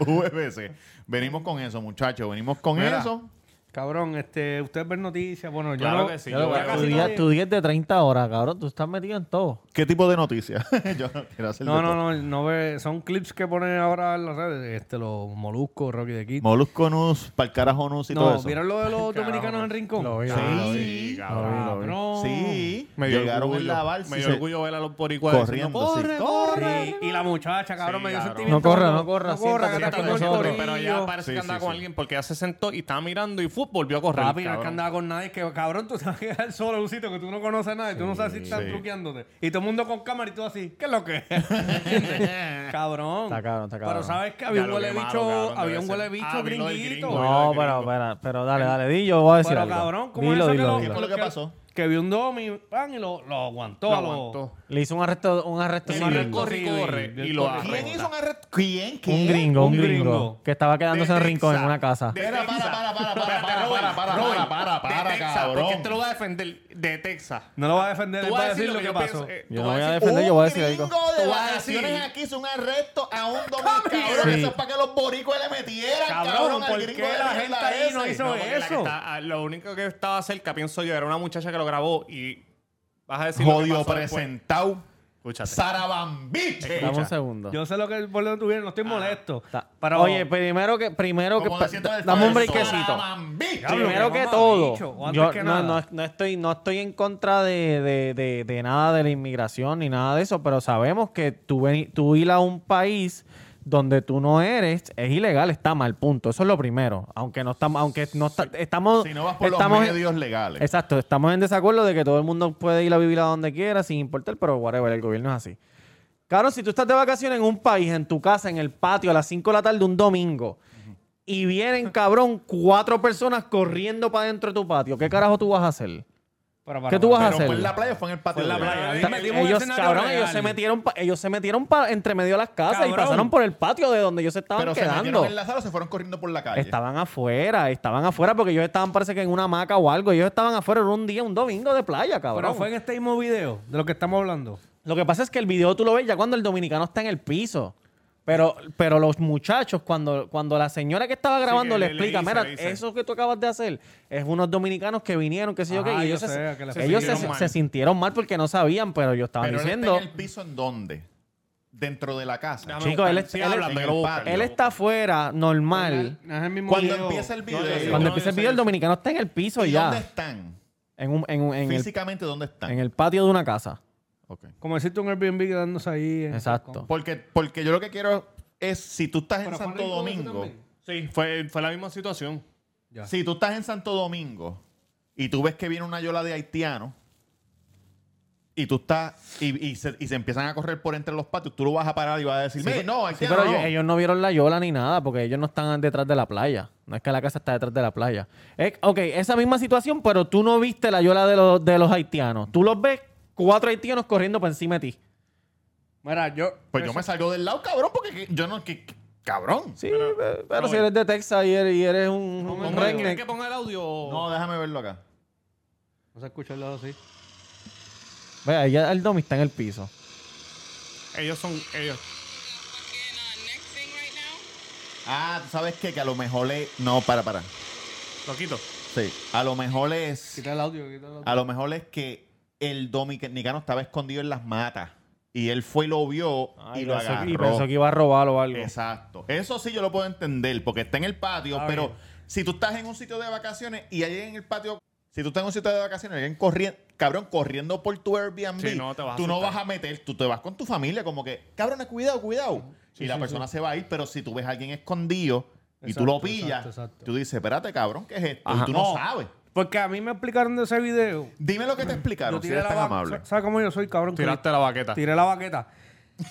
UFC. UFC. Venimos con eso, muchachos. Venimos con Mira. eso. Cabrón, este, ustedes ven noticias. Bueno, yo Claro no- que sí, yo yo no- voy a ya Tu casi día- nadie- tu 10 de 30 horas, cabrón. Tú estás metido en todo. ¿Qué tipo de noticias? Yo no quiero hacer No, no, no, no ve, son clips que ponen ahora en las redes, este, los moluscos, Rocky de Kid. Molusco News, Palcarajo News y todo No, eso. ¿vieron lo de los dominicanos en Rincón? Lo vi, lo vi, lo vi. Sí, Ah, Cabrón. sí. Me dio Llegaron orgullo, en la balsa. Me y dio se- orgullo ver a los boricuas Corriendo. sí. Sí. Y la muchacha, cabrón, Sí, me dio cabrón. sentimiento. No corra, cuando- no corra, corra, siéntate que te con picó el nosotros. corillo. pero ya parece Sí, sí, que andaba sí. con alguien porque ya se sentó y estaba mirando y fútbol volvió a correr. Papi, no es cabrón. que andaba con nadie, que cabrón, tú te vas a quedar solo en un sitio que tú no conoces a nadie, tú no sabes si están Sí. truqueándote. Y todo el mundo con cámara y tú así, ¿qué es lo que es? cabrón. Está cabrón, está cabrón. Pero sabes que había Ya un lo huele quemaron, bicho, cabrón, había debe un ser. huele bicho Ah, vi lo del gringuito. gringo. No, Oye, pero, gringo. pero, pero dale, dale, di, yo voy a decir Pero algo. cabrón, ¿cómo dilo, es eso dilo, que, dilo. lo- ¿Qué fue lo que pasó? Que vi un domi, pan, y lo, lo aguantó. Lo a lo- aguantó. Le hizo un arresto, un arresto Sí, Sí, corre, civil. corre, corre, sí, corre, del y lo corre. ¿Quién arresta. hizo un arresto? ¿Quién? ¿Quién? Un gringo, un Un gringo. gringo. Que estaba quedándose en De el rincón en Texas. una casa. De Espera, Texas. para, para, para, Espérate, para, Robert, para, para, para, Robert, para, de para, Texas, cabrón. Porque este lo va a defender de Texas. No lo va a defender, él Tú va vas a decir lo que yo pasó. pienso, eh, tú Yo no vas voy a decir- defender, yo voy a decir algo. gringo de Tú vas a vacaciones decir- aquí hizo un arresto a un dominicano. Cabrón, Sí. Eso es para que los boricuas le metieran, Cabrón, cabrón, al ¿por gringo qué de la mierda gente ahí no ese. hizo No, porque la que eso? está- ah, lo único que estaba cerca, pienso yo, era una muchacha que lo grabó y vas a decir lo que Jodio pasó después. presentado. Escúchate. Sarabambiche. Dame un segundo. Yo sé lo que el boludo tuvieron, no estoy molesto. Ta- oh. Pero, Ah, Oye, primero que, primero que, Como diciendo el dame un falso. brequecito. Sarabambiche. Diablo, Primero que que mamá todo, bicho, o antes yo que no, nada. no- no estoy, no estoy en contra de, de- de- de nada de la inmigración ni nada de eso, pero sabemos que tú, ven- tú ir a un país donde tú no eres es ilegal, está mal, punto. Eso es lo primero. Aunque no estamos, aunque no está- estamos, Si no vas por estamos los en- medios legales. Exacto, estamos en desacuerdo de que todo el mundo puede ir a vivir a donde quiera sin importar, pero whatever, el gobierno es así. Claro, si tú estás de vacaciones en un país, en tu casa, en el patio, a las 5 de la tarde, un domingo, y vienen, cabrón, cuatro personas corriendo para dentro de tu patio, ¿qué carajo tú vas a hacer? pero para- ¿Qué tú vas a Pero hacer? fue en la playa, o fue en el patio. Fue en la de él? playa. O Ahí sea, metimos un ellos, escenario cabrón, real. ellos se metieron, pa- ellos se metieron pa- entre medio de las casas y Cabrón. pasaron por el patio de donde ellos se estaban Pero se quedando. metieron en la sala o se fueron corriendo por la calle. Estaban afuera, estaban afuera porque ellos estaban, parece que en una hamaca o algo. Ellos estaban afuera, era un día, un domingo de playa, cabrón. Pero fue en este mismo video de lo que estamos hablando. Lo que pasa es que el video tú lo ves ya cuando el dominicano está en el piso. Pero, pero los muchachos, cuando, cuando la señora que estaba grabando que le, le- le explica, dice, mira, le dice". eso que tú acabas de hacer es unos dominicanos que vinieron, qué sé yo qué, Ajá, y yo ellos, sé, se, que la- se- ellos se, sintieron mal. se sintieron mal porque no sabían, pero yo estaba Pero él está diciendo, en el piso en dónde? Dentro de la casa. Déjame Chico, buscar. él es- Sigue él es- hablando, en yo lo el busco, patio. yo él lo está afuera, normal. Es el mismo Cuando video. empieza el video. No, yo sé, Cuando no, empieza yo el video, sé, el yo sé. dominicano está en el piso ¿Y dónde ya. están? En, un, en, un- en el, Físicamente, ¿dónde están? en el patio de una casa. Ok. Como decirte un Airbnb quedándose ahí. en- Exacto. Porque, porque yo lo que quiero es, si tú estás en Pero fue Santo rico eso Domingo, también. busco. Sí, fue, fue la misma situación. Ya. si tú estás en Santo Domingo y tú ves que viene una yola de haitianos y tú estás y, y se, y se empiezan a correr por entre los patios, tú lo vas a parar y vas a decir, "Mire, no, Sí, haitiano pero no". ellos, ellos no vieron la yola ni nada porque ellos no están detrás de la playa. No es que la casa está detrás de la playa. Es, ok, esa misma situación, pero tú no viste la yola de los, de los haitianos. Tú los ves cuatro haitianos corriendo por encima de ti. Mira, yo. Pues yo me salgo del lado, cabrón, porque que- yo no, que, que- cabrón. Sí, pero, si eres de Texas y eres, y eres un, un Hombre, redneck. ¿Quieres que ponga el audio? No, déjame verlo acá. No se escucha el lado así. Ve, ahí ya el domi está en el piso. Ellos son ellos. Ah, ¿tú sabes qué? Que a lo mejor es... No, para, para. Lo quito. Sí. A lo mejor es... Ah, Quita el audio, quita el audio. A lo mejor es que el dominicano estaba escondido en las matas Y él fue y lo vio Ay, y lo pensó- agarró. y pensó que iba a robar o algo. Exacto. Eso sí yo lo puedo entender, porque está en el patio, Está pero bien. si tú estás en un sitio de vacaciones y hay en el patio, si tú estás en un sitio de vacaciones, alguien corriendo, cabrón, corriendo por tu Airbnb, Sí, no, te vas a tú no asustar. vas a meter, tú te vas con tu familia, como que, cabrón, cuidado, cuidado. y la persona se va a ir, pero si tú ves a alguien escondido y tú lo Exacto, exacto, pillas, exacto. tú dices, espérate, cabrón, ¿qué es esto? Ajá. Y tú No. no sabes. Porque a mí me explicaron de ese video. Dime lo que te explicaron, si eres tan ba- amable. Sa- ¿Sabes cómo yo soy, cabrón? Que Tiraste la baqueta. Tiré la baqueta.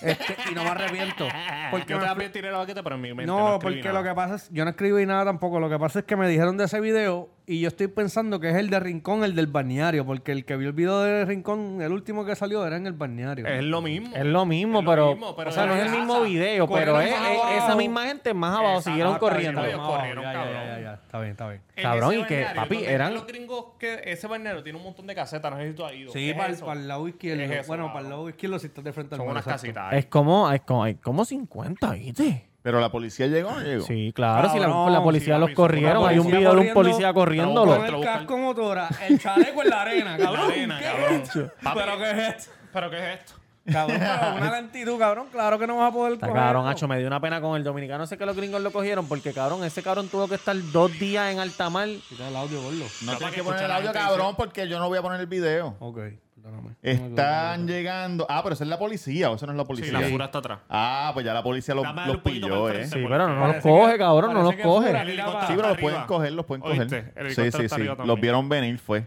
Este, y no me arrepiento. Porque yo me también tiré la baqueta, pero en mi mente No, escribí porque nada. lo que pasa es, yo no escribí nada tampoco, lo que pasa es que me dijeron de ese video y yo estoy pensando que es el de Rincón, el del balneario, porque el que vio el video de Rincón, el último que salió era en el balneario. Es lo mismo. Es lo mismo, Es lo pero, mismo, pero O sea, de no es el la mismo casa. video, pero Corrieron es, más es- abajo. esa misma gente más abajo Exacto, siguieron Ah, está bien, corriendo. ellos corrieron, Ya, ya, cabrón. ya, ya, está bien, está bien. En Cabrón, ese y que, balneario, papi, donde están eran- los gringos que ese balneario tiene un montón de casetas, no sé si tú has ido. Sí, Es para, eso. el lado izquierdo. Es eso, bueno, cabrón. para el lado izquierdo si estás de frente al Son mar, unas exacto. casitas. Es como, es como, es como 50, ¿viste? Pero la policía llegó, no llegó. Sí, claro, si la, Cabrón, la policía sí, los papi, corrieron, una hay un policía video de un corriendo, policía corriéndolo. Con el casco motora, el chaleco en la arena, cabrón. arena, ¿Qué cabrón. es esto? Papi. ¿Pero qué es esto? ¿Pero qué es esto? Cabrón, pero una lentitud, cabrón. Claro que no vas a poder Está cogerlo. cabrón, hacho, me dio una pena con el dominicano. Sé que los gringos lo cogieron porque, cabrón, ese cabrón tuvo que estar dos días en alta mar. Quita el audio, gordo. No Capaz tienes que que poner escuchar el la audio, gente cabrón, diciendo- porque yo no voy a poner el video. Ok, perdóname. Están llegando. Ah, pero esa es la policía, o esa no es la policía. Sí, la fura está atrás. Ah, pues ya la policía los, Dame los un poquito pilló, para el eh. frente. Sí, pero no los Parece coge, que- cabrón, no los parece que fuera, coge. mira, va. Sí, pero los Arriba. pueden coger, los pueden Oíste, coger. el Sí, helicóptero sí, está sí. arriba también. Los vieron venir, fue.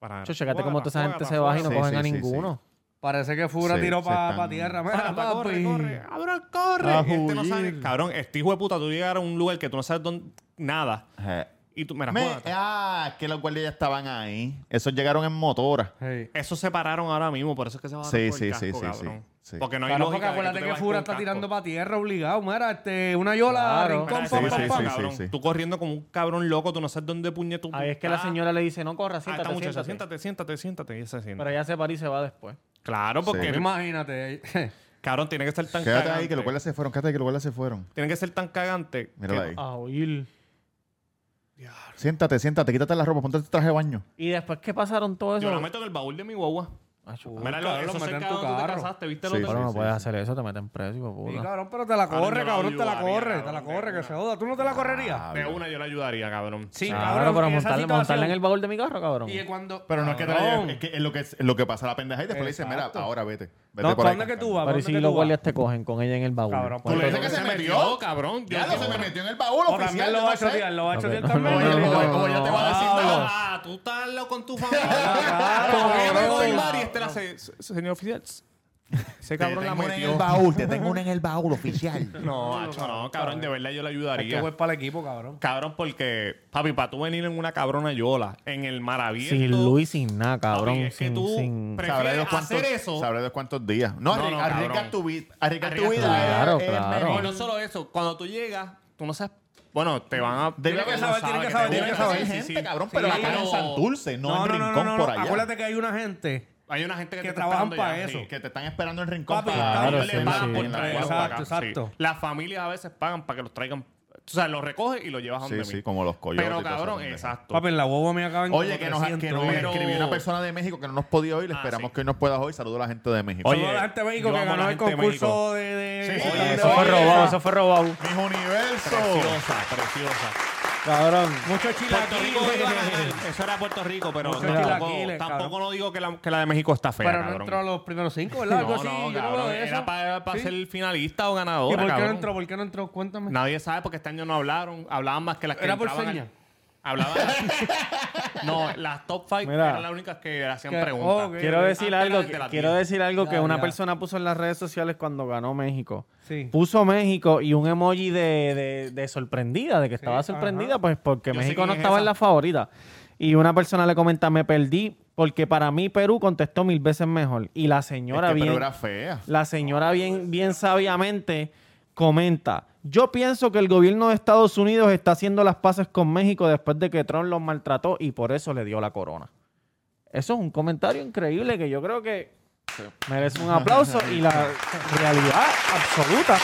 Para- Hacho, chécate cómo toda esa Fuera, gente se fuera, baja y no Sí, cogen a sí, sí, sí. ninguno. Parece que Fura Sí, tiró se para están- tierra. Mira, Para, Ah, para, corre, papi. corre. Cabrón, corre. A Gente Este no sabe- huir. Cabrón, este hijo de puta, tú llegas a un lugar que tú no sabes dónde, nada. Ajá. Y tú, mira, Eh, Me- jódate. ah, es que los guardias ya estaban ahí. Esos llegaron en motora. Hey. Esos se pararon ahora mismo, por eso es que se van a Sí, por sí, el casco, sí, sí, cabrón. sí, sí. Porque no hay Claro, porque lógica. de tú acuérdate te que, vayas Fura con está casco. tirando para tierra obligado. Mira, este, una yola, Claro. rincón, Mira, Sí, pam, sí, pam, sí, pam. sí, cabrón. sí. Tú corriendo como un cabrón loco, tú no sabes dónde puñe tu Ahí es que la señora le dice, no corra, Ah, esta siéntate, muchacha, siéntate. siéntate, siéntate, siéntate. Y se sienta. Pero ella se para y se va después. Claro, porque Sí. Imagínate. cabrón tiene que ser tan Quédate cagante. ahí, que los guardias se fueron. Quédate ahí, que los guardias se fueron. Tiene que ser tan cagante. Mírala que- ahí. A oír. Siéntate, siéntate, quítate la ropa, ponte el traje de baño. Y después que pasaron todo eso. Yo lo meto en el baúl de mi guagua. Hacho, Mira, lo, cabrón, eso lo es meten cerca en tu donde tú te carro. casaste, ¿viste? Sí, lo Pero de- sí, no sí, puedes sí. hacer eso, te meten preso, hijo de Sí, puta. cabrón, pero te la Cabrón, corre, yo la cabrón, te la ayudaría, corre, te la cabrón, corre, de que una. se joda. ¿Tú no te la correrías? De una yo la ayudaría, cabrón. Sí, Claro, pero montarla, en esa montarla en el situación- baúl de mi carro, cabrón. Y cuando... Pero no es que te la Cabrón. lleven, es que es lo que, es lo que pasa la pendeja y después le dicen, Exacto. mira, ahora vete. Vete No, por ahí ¿dónde con que tú calma. vas? Pero ¿y ¿Dónde si que los tú vas? guardias te cogen con ella en el baúl. Cabrón, ¿Tú Pues, le Pero dices que se se metió, metió? cabrón. Ya Dios lo se mío. me metió en el baúl Oficial oficial, lo yo no va a sé. chotear, lo va a No, chotear no, también. Oye, No, no, como- no, como yo te voy a decir nada. Ah, tú estás loco con tu familia. Claro, Como yo me cabrón. voy a bailar y este la hace. "Se- Señor oficial, ese cabrón la metió. baúl, te tengo una en el baúl oficial. No, macho, no, cabrón, de verdad yo le Hay que ayudaría. jugar para el equipo, cabrón. Cabrón, porque, papi, para tú venir en una cabrona yola, en el mar abierto. Sin Luis, sin nada, cabrón. es que sin- tú sin- pre- Sabrá Prefieres Dios cuántos, hacer eso. sabrá Dios cuántos días. No, No, arri- no, arriesga cabrón. tu vida. Arriesga tu Arriesga vida. tu vida. eh, Claro, eh, claro. menor. Y no solo eso, cuando tú llegas, tú no sabes. Bueno, te van a. Debe Tú haber- sabes, tiene que te saber, van a- Tiene que saber haber sí, gente, sí. cabrón, pero Sí, la cara en pero Santurce, no, en Rincón por allá. Acuérdate que hay una gente. Hay una gente que, te que está trabajan esperando para ya, eso. sí. Que te están esperando en Rincón Papi, para- claro, para- Ellos sí, le pagan sí. por traer Exacto, guagua acá, exacto. sí. Las familias a veces pagan para que los traigan. O sea, los recoges y los llevas a donde Sí, sí, como los coyotes. y Pero todas esas cabrón, pendejas. exacto. Papi, en la boba me acaban Oye, que nos, que nos pero- escribió una persona de México que no nos podía oír. Esperamos sí. que hoy nos puedas oír. Saludos a la gente de México. Oye, Oye, la gente de México yo que amo a la ganó el gente de México. concurso de... de- Sí, sí, sí, de- Oye, de- eso fue oye, robado, esa- eso fue robado. mis universos. Preciosa, preciosa. Cabrón. Muchos Puerto Rico iba a chilaquiles. ganar. Eso era Puerto Rico, pero Muchos tampoco, chilaquiles, tampoco cabrón. no digo que la, que la de México está fea, Pero no cabrón. entró a los primeros cinco, ¿verdad? Algo así. no, yo no cabrón, veo eso. Era para, Sí. ser finalista o ¿Y ganador. por qué no cabrón. entró? ¿Por qué no entró? Cuéntame. Nadie sabe porque este año no hablaron. Hablaban más que las que Era por entraban al- seña. Hablaban. no, las top five Mira. eran las únicas que hacían Que- preguntas. ok. Quiero decir Antes algo, la gente que- la quiero tiene. decir algo que Ya, una ya. persona puso en las redes sociales cuando ganó México. Sí. Puso México y un emoji de, de- de sorprendida, de que estaba sorprendida, pues Yo porque sé México quién no es estaba en esa. la favorita. Y una persona le comenta, me perdí, porque para mí Perú contestó mil veces mejor. Y la señora Es que, bien, Pero era fea. la señora bien, bien sabiamente comenta, yo pienso que el gobierno de Estados Unidos está haciendo las paces con México después de que Trump los maltrató y por eso le dio la corona. Eso es un comentario increíble que yo creo que merece un aplauso y la realidad absoluta.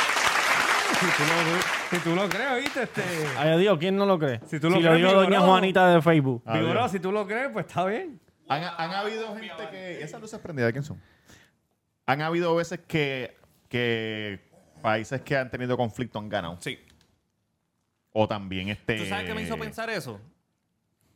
Si tú lo, si tú lo crees, ¿viste? Este, Ay, Dios, ¿quién no lo cree? Si tú lo si crees, lo dijo mi doña bro. Juanita de Facebook. Ah, Vigoró, si tú lo crees, pues está bien. Han, han habido gente que. Esas luces prendidas, ¿de ¿quién son? han habido veces que, que países que han tenido conflicto han ganado. Sí. O también este. ¿Tú sabes qué me hizo pensar eso?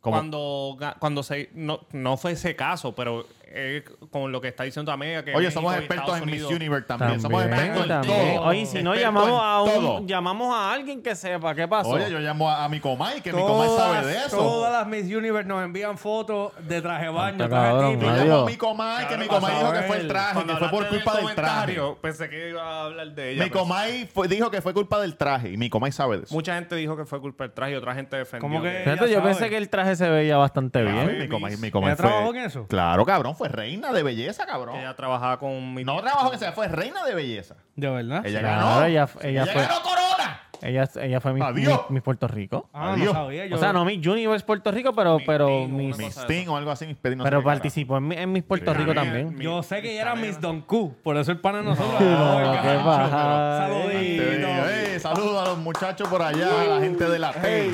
como- Cuando, ga- cuando se, no, no fue ese caso, pero eh, con lo que está diciendo Amega que Oye, México somos y expertos Estados en Miss Unidos- Universe también. Somos También, expertos en también. todo. Oye, si no Expertos llamamos en a un, todo. llamamos a alguien que sepa qué pasó. Oye, yo llamo a, a mi comay, que mi comay sabe de eso. todas las Miss Universe nos envían fotos de traje de baño, Está traje cabrón, Yo típico. madre. llamo a Adiós. mi comay, que mi Claro, comay dijo que Pasabel. fue el traje, Cuando que fue por hablaste culpa del del traje. comentario, Pensé que iba a hablar de ella. Mi pero- comay fue- dijo que fue culpa del traje y mi comay sabe de eso. Mucha gente dijo que fue culpa del traje y otra gente defendió. ¿Cómo que? Fíjate, ya yo sabe. pensé que el traje se veía bastante Claro, bien. y mi comay, mi comay ¿Ella fue- trabajó en eso? Claro, cabrón, fue reina de belleza, que cabrón. ella trabajaba con mi... No trabajó que sea, fue reina de belleza. De verdad. Ella Ah, Claro, ganó. ella- ella fue- ganó corona. Ella, ella fue mi, Adiós. mi- mi Puerto Rico. Ah, Adiós. no sabía yo. O sea, no Miss Universe Puerto Rico, pero, pero, Miss mis- Una Miss cosa Teen o algo así, mis pedidos. pero participó en, mi- en Miss Puerto Sí. Rico También, también. mi- Yo sé que ella era Miss Don Q, por eso el pana de nosotros. No, Ay, qué cacho, baja. pero- Te Saludito. digo, eh, saludos a los muchachos por allá, a la gente de la T.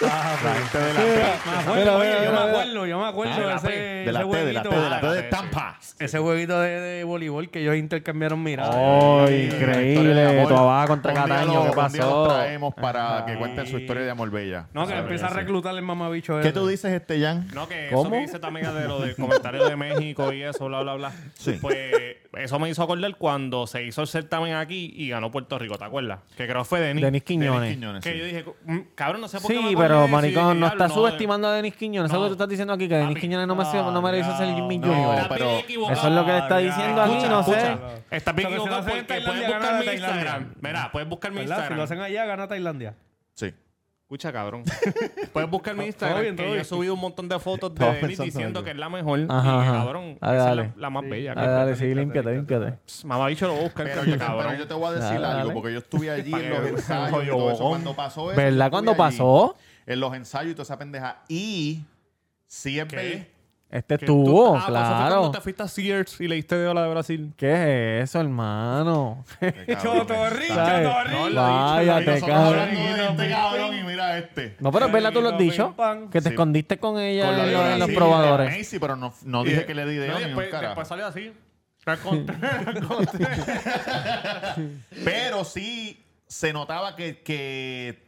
La gente de la T. Me acuerdo, Mira, oye, mira, yo mira. me acuerdo, yo me acuerdo De de la ese, T, de la ese T, de la jueguito. T, de la T Ah, de sí, Estampa. Ese jueguito de, de voleibol que ellos intercambiaron miradas. Oh, Historia de increíble. amor. Tu abajo contra Un día Cataño. lo- ¿Qué Un día los pasó? traemos para que cuenten su historia de amor bella. no, que ¿Sabes? empieza a reclutar el mamabicho ¿Qué ese. tú dices, este Jan? No, que eso ¿Cómo? que dice también de lo del comentario de México y eso, bla, bla, bla. Sí. Pues eso me hizo acordar cuando se hizo el certamen aquí y ganó Puerto Rico, ¿te acuerdas? Que creo que fue Denis. Denis Quiñones. Quiñones, Que sí. yo dije, mm, cabrón, no sé por qué. me Sí, acordé de pero eso, y maricón, dije, no está diablo, subestimando a Denis Quiñones. Eso No. es lo que tú estás diciendo aquí, que Denis Papi. Quiñones no, merece- no merece ser el Miss No, Junior. Está bien pero- equivocado. Eso es lo que le está diciendo ¿eh? Ah, aquí, escucha, no escucha. sé. Está bien Lo que se lo equivocado hacen en porque puedes Tailandia, buscar gana mi Tailandia. Instagram. Mira, puedes buscar mi ¿Verdad? Si lo Instagram. hacen allá, gana Tailandia. Sí. Escucha, cabrón. Puedes buscar mi Instagram. bien, todo que yo bien. he subido un montón de fotos de Estaba Denis pensando en diciendo algo. que es la mejor. y que, Ajá, ajá. cabrón, Dale, esa es dale. Ah, la, la más bella. Dale, dale, sí, límpiate, límpiate. Mamá bicho lo busca Pero el yo, cabrón. pero yo te voy a decir Dale, algo, dale. porque yo estuve allí en los Para que- ensayos y Oye, todo eso, bobón. cuando pasó eso. ¿Verdad Pues, yo estuve cuando allí, pasó? En los ensayos y toda esa pendeja. Y sí es ¿Qué? verdad- Este Que tú- estuvo, Ah, pues eso fue claro. cuando te fuiste a Sears y leíste de la de Brasil. ¿Qué es eso, hermano? Qué cabrón, Chotorrín, ¿Sabes? No, chotorrín. lo he dicho, lo he dicho, Váyate, nosotros cabrón. hablando de este cabrón y mira este. No, pero es verdad, tú lo has Pim, dicho. pam. Que te Sí. escondiste con ella Con lo en, de los- en los Messi, de probadores. Messi, pero no, no dije que le di de No, no, ni un después, carajo. después salió así. Raconte. Pero sí se notaba que, que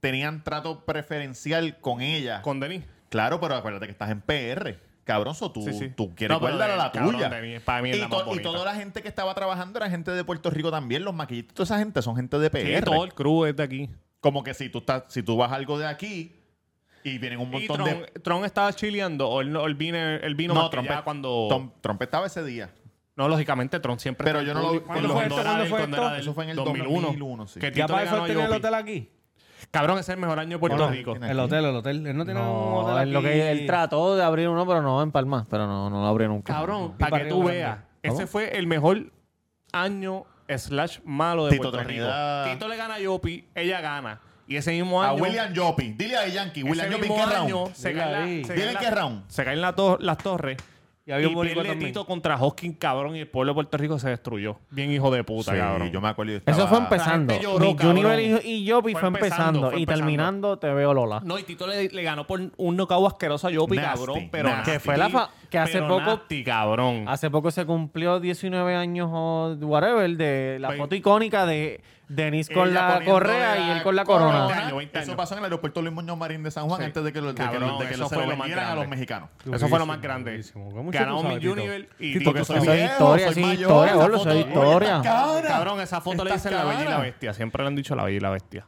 tenían trato preferencial con ella. Con Denis. Claro, pero acuérdate que estás en PR. Cabrón, so tú, Sí, sí. tú quieres No, pero guardar a de- la cabrón, tuya. de mí- para mí es y, la más y bonita. toda la gente que estaba trabajando era gente de Puerto Rico también. Los maquillistas, toda esa gente son gente de PR. Sí, todo el crew es de aquí. Como que si tú estás, si tú vas algo de aquí y vienen un Y montón Tron, de. Tron estaba chileando o él, no- él vino, él vino más que Trump- ya cuando... Tom- Trump estaba ese día. No, lógicamente Tron siempre... Pero está yo no lo- público. ¿Cuándo fue Cuando esto? era ¿Cuándo él, fue cuando esto? era él, Eso fue en el 2001, sí. Que ¿Ya Tito para le eso ganó a tiene el Jokovic. hotel aquí? Cabrón, ese es el mejor año de Puerto Bueno, Rico. tiene- El hotel, el hotel. Él no tiene un No, hotel es lo aquí. que él trató de abrir uno, pero no en Palma. Pero no, no lo abrió nunca. Cabrón, Y para para que Río tú Grande. veas. Ese fue el mejor año slash malo de Tito Puerto Trinidad. Rico. Tito le gana a Yopi, ella gana. Y ese mismo A año... William Yopi. Dile a Yankee. ese William Yopi, mismo ¿qué round? año Se Dile caen ahí. la- se Dile caen qué la- round. Se caen la to- las torres. Y había un y boricua pierde también. Tito contra Hoskin, cabrón. Y el pueblo de Puerto Rico se destruyó. Bien hijo de puta, Sí, cabrón. yo me acuerdo. yo Eso estaba- fue empezando. La gente lloró, Miss cabrón. Junior y, y Yopi fue, Fue empezando. empezando, fue y empezando. Mm. terminando, te veo Lola. No, y Tito le, le ganó por un knockout asqueroso a Yopi, Nasty, cabrón. Pero nasty. Que fue la fa- que hace pero poco- nasty, cabrón. Hace poco se cumplió 19 años o whatever de la Veinte. foto icónica de Denis con Ella la poniendo correa y él con la corona. 20 años, 20 Eso años. pasó en el aeropuerto Luis Muñoz Marín de San Juan Sí. antes de que, lo, de que lo- Cabrón, de que eso se fue lo lo más vendieran a los grande. mexinos. Eso fue lo más grande. durísimo. ¿Cómo mucho Ganamos tú sabes, Miss Tito? Universe y Tito, Tito que se soy Eso es historia, soy eso es mayor, historia, esa boludo, eso foto- es Oye, historia. estás cara. Cabrón, esa foto le Estás dicen la bella y la cara. bestia. Siempre le han dicho la bella y la bestia.